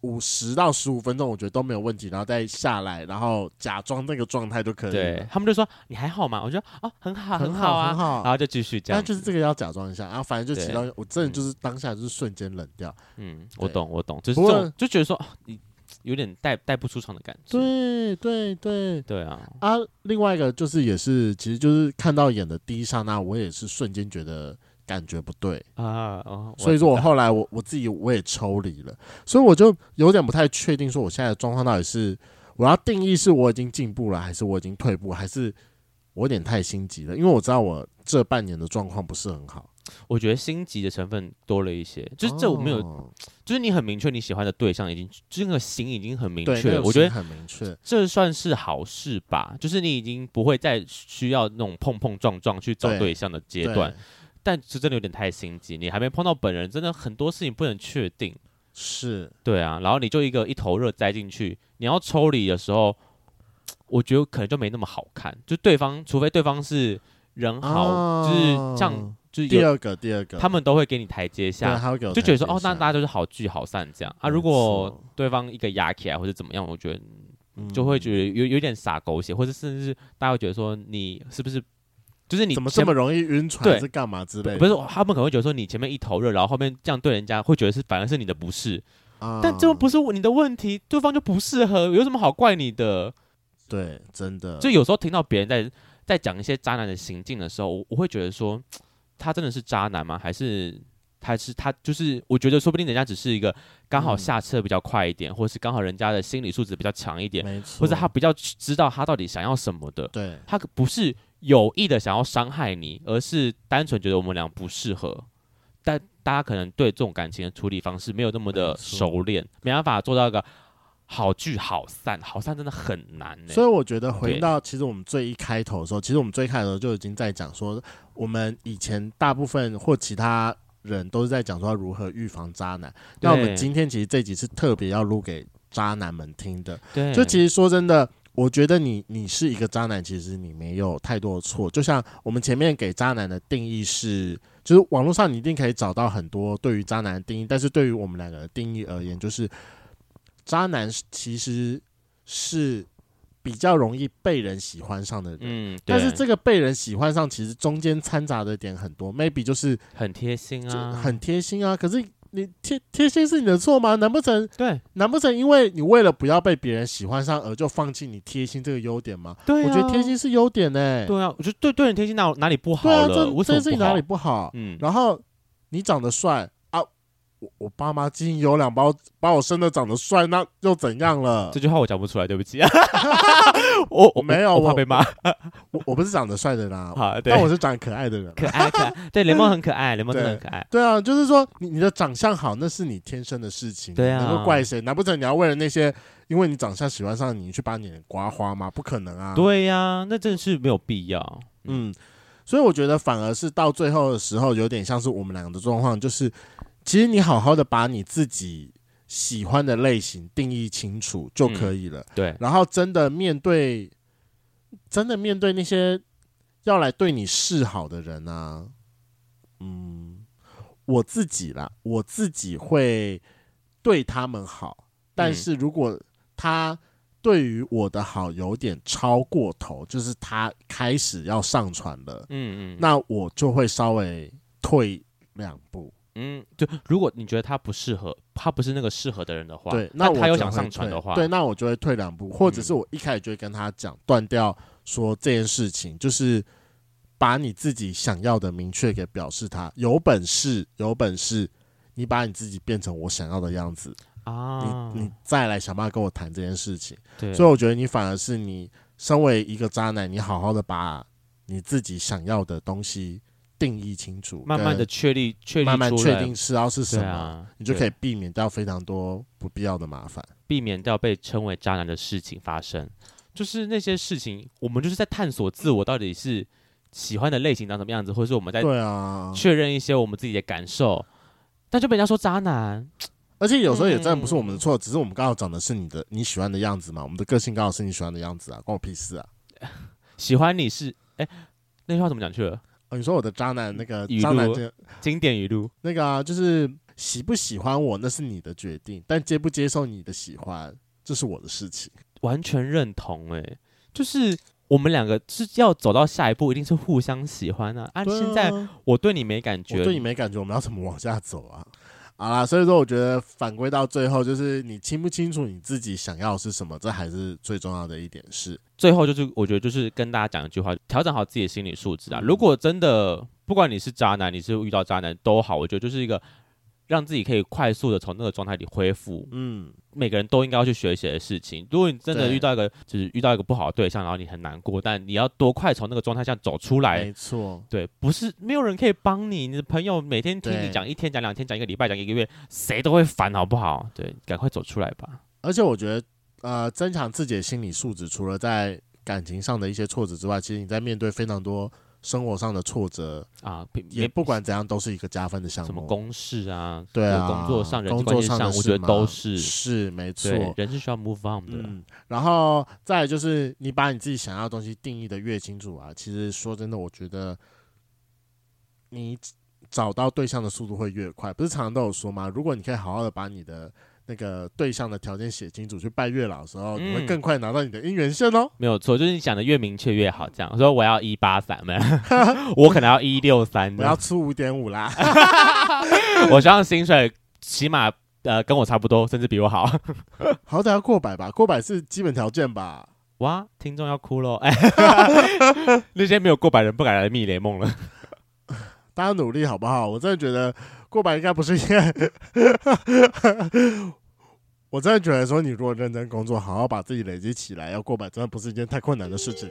Speaker 2: 五十到十五分钟，我觉得都没有问题，然后再下来，然后假装那个状态就可以了
Speaker 1: 对。他们就说你还好吗？我就哦很好
Speaker 2: 很
Speaker 1: 好啊，
Speaker 2: 很好
Speaker 1: 然后就继续这
Speaker 2: 但
Speaker 1: 样，
Speaker 2: 就是这个要假装一下，然后反正就起到，我真的就是当下就是瞬间冷掉。
Speaker 1: 嗯，我
Speaker 2: 对
Speaker 1: 懂我懂，就是
Speaker 2: 不
Speaker 1: 这
Speaker 2: 过
Speaker 1: 种就觉得说啊你有点带带不出场的感觉，
Speaker 2: 对对对
Speaker 1: 对啊，
Speaker 2: 啊！另外一个就是也是，其实就是看到演的第一刹那，我也是瞬间觉得感觉不对，
Speaker 1: 啊，哦，
Speaker 2: 所以
Speaker 1: 知
Speaker 2: 说我
Speaker 1: 道
Speaker 2: 后来我我自己我也抽离了，所以我就有点不太确定，说我现在的状况到底是我要定义是我已经进步了，还是我已经退步，还是我有点太心急了，因为我知道我这半年的状况不是很好，
Speaker 1: 我觉得心急的成分多了一些，就是这我没有，
Speaker 2: 哦
Speaker 1: 就是你很明确你喜欢的对象已经，就是那个心已经很明
Speaker 2: 对，
Speaker 1: 确
Speaker 2: 那
Speaker 1: 了，
Speaker 2: 个
Speaker 1: 我觉
Speaker 2: 是
Speaker 1: 得
Speaker 2: 很明确，
Speaker 1: 这算是好事吧，就是你已经不会再需要那种碰碰撞撞去找
Speaker 2: 对
Speaker 1: 对象的阶
Speaker 2: 对
Speaker 1: 段，但是真的有点太心急，你还没碰到本人，真的很多事情不能确定，
Speaker 2: 是。
Speaker 1: 对啊，然后你就一个一头热栽进去，你要抽离的时候，我觉得可能就没那么好看，就对方除非对方是人好，就是像
Speaker 2: 哦
Speaker 1: 就是
Speaker 2: 第
Speaker 1: 有
Speaker 2: 二个，第二个，
Speaker 1: 他们都会给你台阶下
Speaker 2: 对，，还会给我
Speaker 1: 就觉得说
Speaker 2: 台阶
Speaker 1: 哦，那
Speaker 2: 下
Speaker 1: 大家就是好聚好散这样啊。
Speaker 2: 没
Speaker 1: 如果
Speaker 2: 错
Speaker 1: 对方一个压起来或者怎么样，我觉得
Speaker 2: 嗯
Speaker 1: 就会觉得有有点撒狗血，或者甚至是大家会觉得说你是不是就是你
Speaker 2: 怎么这
Speaker 1: 前
Speaker 2: 么容易晕船，
Speaker 1: 对
Speaker 2: 还是干嘛之类的，
Speaker 1: 不是他们可能会觉得说你前面一头热，然后后面这样对人家会觉得是反而是你的不是，
Speaker 2: 啊，
Speaker 1: 但这不是你的问题，对方就不适合，有什么好怪你的？
Speaker 2: 对，真的，
Speaker 1: 就有时候听到别人在在讲一些渣男的行径的时候，我我会觉得说，他真的是渣男吗？还是还是他就是？我觉得说不定人家只是一个刚好
Speaker 2: 嗯
Speaker 1: 下车比较快一点，或是刚好人家的心理素质比较强一点，
Speaker 2: 没错，
Speaker 1: 或者他比较知道他到底想要什么的。
Speaker 2: 对
Speaker 1: 他可不是有意的想要伤害你，而是单纯觉得我们俩不适合。但大家可能对这种感情的处理方式没有那么
Speaker 2: 没
Speaker 1: 的
Speaker 2: 错
Speaker 1: 熟练，没办法做到一个好聚好散。好散真的很难欸呢、
Speaker 2: 所以我觉得回
Speaker 1: 对
Speaker 2: 到其实我们最一开头的时候，其实我们最一开头就已经在讲说，我们以前大部分或其他人都是在讲说要如何预防渣男。那我们
Speaker 1: 对
Speaker 2: 今天其实这集是特别要录给渣男们听的，
Speaker 1: 对，
Speaker 2: 就其实说真的，我觉得你你是一个渣男，其实你没有太多的错。就像我们前面给渣男的定义是，就是网络上你一定可以找到很多对于渣男的定义，但是对于我们两个的定义而言，就是渣男是其实是比较容易被人喜欢上的人。
Speaker 1: 嗯，
Speaker 2: 但
Speaker 1: 对
Speaker 2: 是这个被人喜欢上，其实中间掺杂的点很多，maybe 就是
Speaker 1: 很贴心
Speaker 2: 就
Speaker 1: 啊，
Speaker 2: 很贴心啊。可是你贴贴心是你的错吗？难不成
Speaker 1: 对
Speaker 2: 难不成因为你为了不要被别人喜欢上而就放弃你贴心这个优点吗？
Speaker 1: 对、啊
Speaker 2: 我觉得贴。心是优点呢、
Speaker 1: 对啊，我觉得对对人贴心哪有哪里不好
Speaker 2: 对啊，
Speaker 1: 了？
Speaker 2: 这
Speaker 1: 为什
Speaker 2: 这
Speaker 1: 么
Speaker 2: 件事情
Speaker 1: 不好
Speaker 2: 哪里？不好？
Speaker 1: 嗯，
Speaker 2: 然后你长得帅啊，我我爸妈基因有两把我把我生的长得帅，那又怎样了
Speaker 1: 这？句话我讲不出来，对不起。 我我
Speaker 2: 没有
Speaker 1: 我怕
Speaker 2: 我
Speaker 1: 被骂。
Speaker 2: 我我不是长得帅的啦，
Speaker 1: 好，啊对
Speaker 2: 但，我是长得可爱的人。
Speaker 1: 可爱可爱，对雷蒙很可爱，雷蒙真的很可爱。
Speaker 2: 对啊，就是说你你的长相好，那是你天生的事情，
Speaker 1: 对啊
Speaker 2: 能够怪谁？难不成你要为了那些因为你长相喜欢上你，你去把你的脸刮花吗？不可能啊！
Speaker 1: 对呀、那真的是没有必要。嗯，
Speaker 2: 嗯，所以我觉得反而是到最后的时候，有点像是我们两个的状况，就是其实你好好的把你自己喜欢的类型定义清楚就可以了，
Speaker 1: 对，
Speaker 2: 然后真的面对，真的面对那些要来对你示好的人啊，嗯，我自己啦，我自己会对他们好，但
Speaker 1: 嗯
Speaker 2: 是如果他对于我的好有点超过头，就是他开始要上传了，
Speaker 1: 嗯嗯，
Speaker 2: 那我就会稍微退两步。
Speaker 1: 嗯嗯，就如果你觉得他不适合，他不是那个适合的人的话，
Speaker 2: 对，那
Speaker 1: 那
Speaker 2: 我
Speaker 1: 他又
Speaker 2: 就
Speaker 1: 想
Speaker 2: 会
Speaker 1: 上船的
Speaker 2: 退
Speaker 1: 话，嗯
Speaker 2: 对，那我就会退两步，或者是我一开始就会跟他讲断掉，说这件事情就是把你自己想要的明确给表示他，有本事，有本事，你把你自己变成我想要的样子，
Speaker 1: 啊，
Speaker 2: 你你再来想办法跟我谈这件事情。
Speaker 1: 对，
Speaker 2: 所以我觉得你反而是你身为一个渣男，你好好的把你自己想要的东西定义清楚，
Speaker 1: 慢慢的
Speaker 2: 跟
Speaker 1: 确立确立
Speaker 2: 慢慢
Speaker 1: 出
Speaker 2: 确
Speaker 1: 来
Speaker 2: 定是要是什
Speaker 1: 对
Speaker 2: 么，
Speaker 1: 啊，
Speaker 2: 你就
Speaker 1: 对
Speaker 2: 可以避免掉非常多不必要的麻烦。
Speaker 1: 避免掉被称为渣男的事情发生。就是那些事情，我们就是在探索自我到底是喜欢的类型长什么样子，或者是我们在
Speaker 2: 对啊，
Speaker 1: 确认一些我们自己的感受，但就被人家说渣男，
Speaker 2: 而且有时候也真的不是我们
Speaker 1: 嗯
Speaker 2: 的错，只是我们刚好长的是你的你喜欢的样子嘛，我们的个性刚好是你喜欢的样子啊，关我屁事啊！
Speaker 1: 喜欢你是哎、那句话怎么讲去了？
Speaker 2: 哦，你说我的渣男那个
Speaker 1: 语录
Speaker 2: 渣男这
Speaker 1: 经典语录，
Speaker 2: 那个啊，就是喜不喜欢我那是你的决定，但接不接受你的喜欢这是我的事情。
Speaker 1: 完全认同哎、就是我们两个是要走到下一步，一定是互相喜欢啊。啊，
Speaker 2: 对啊
Speaker 1: 现在我对你没感觉，
Speaker 2: 我对你没感觉，我们要怎么往下走啊？好啦，所以说我觉得反归到最后，就是你清不清楚你自己想要的是什么，这还是最重要的一点是。
Speaker 1: 最后就是，我觉得就是跟大家讲一句话，调整好自己的心理素质啊。
Speaker 2: 嗯
Speaker 1: 如果真的不管你是渣男，你是遇到渣男都好，我觉得就是一个让自己可以快速的从那个状态里恢复。
Speaker 2: 嗯，
Speaker 1: 每个人都应该要去学习的事情。如果你真的
Speaker 2: 对
Speaker 1: 遇到一个就是遇到一个不好的对象，然后你很难过，但你要多快从那个状态下走出来
Speaker 2: 没。错，
Speaker 1: 对，不是没有人可以帮你，你的朋友每天听
Speaker 2: 对
Speaker 1: 你讲，一天讲两天，讲一个礼拜，讲一个月，谁都会烦，好不好？对，赶快走出来吧。
Speaker 2: 而且我觉得，呃，增强自己的心理素质，除了在感情上的一些挫折之外，其实你在面对非常多生活上的挫折，
Speaker 1: 啊，
Speaker 2: 也不管怎样，都是一个加分的项
Speaker 1: 什么
Speaker 2: 目。
Speaker 1: 公事啊，
Speaker 2: 对啊，
Speaker 1: 工作上、人际
Speaker 2: 工
Speaker 1: 关
Speaker 2: 作
Speaker 1: 系
Speaker 2: 上的
Speaker 1: 上，我
Speaker 2: 事
Speaker 1: 觉得
Speaker 2: 嘛
Speaker 1: 都是
Speaker 2: 是没错。
Speaker 1: 对，人是需要 move on 的。
Speaker 2: 嗯，然后再来就是你把你自己想要的东西定义的越清楚啊，其实说真的，我觉得你找到对象的速度会越快。不是常常都有说吗？如果你可以好好的把你的那个对象的条件写清楚，去拜月老的时候，
Speaker 1: 嗯
Speaker 2: 你会更快拿到你的姻缘线哦。
Speaker 1: 没有错，就是你讲的越明确越好。这样，所以我要一八三嘛， 我可能要一六三
Speaker 2: 我要
Speaker 1: 的。
Speaker 2: 出五点五啦，
Speaker 1: 我希望薪水起码呃跟我差不多，甚至比我好。
Speaker 2: 好歹要过百吧，过百是基本条件吧。
Speaker 1: 哇，听众要哭喽！哎， 那些没有过百人不敢来蜜雷梦了。
Speaker 2: 大家努力好不好？我真的觉得过百应该不是一件 我真的觉得说，你如果认真工作，好好把自己累积起来，要过百真的不是一件太困难的事情。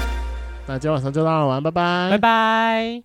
Speaker 2: 那今天晚上就到这了，晚安，拜拜，
Speaker 1: 拜拜。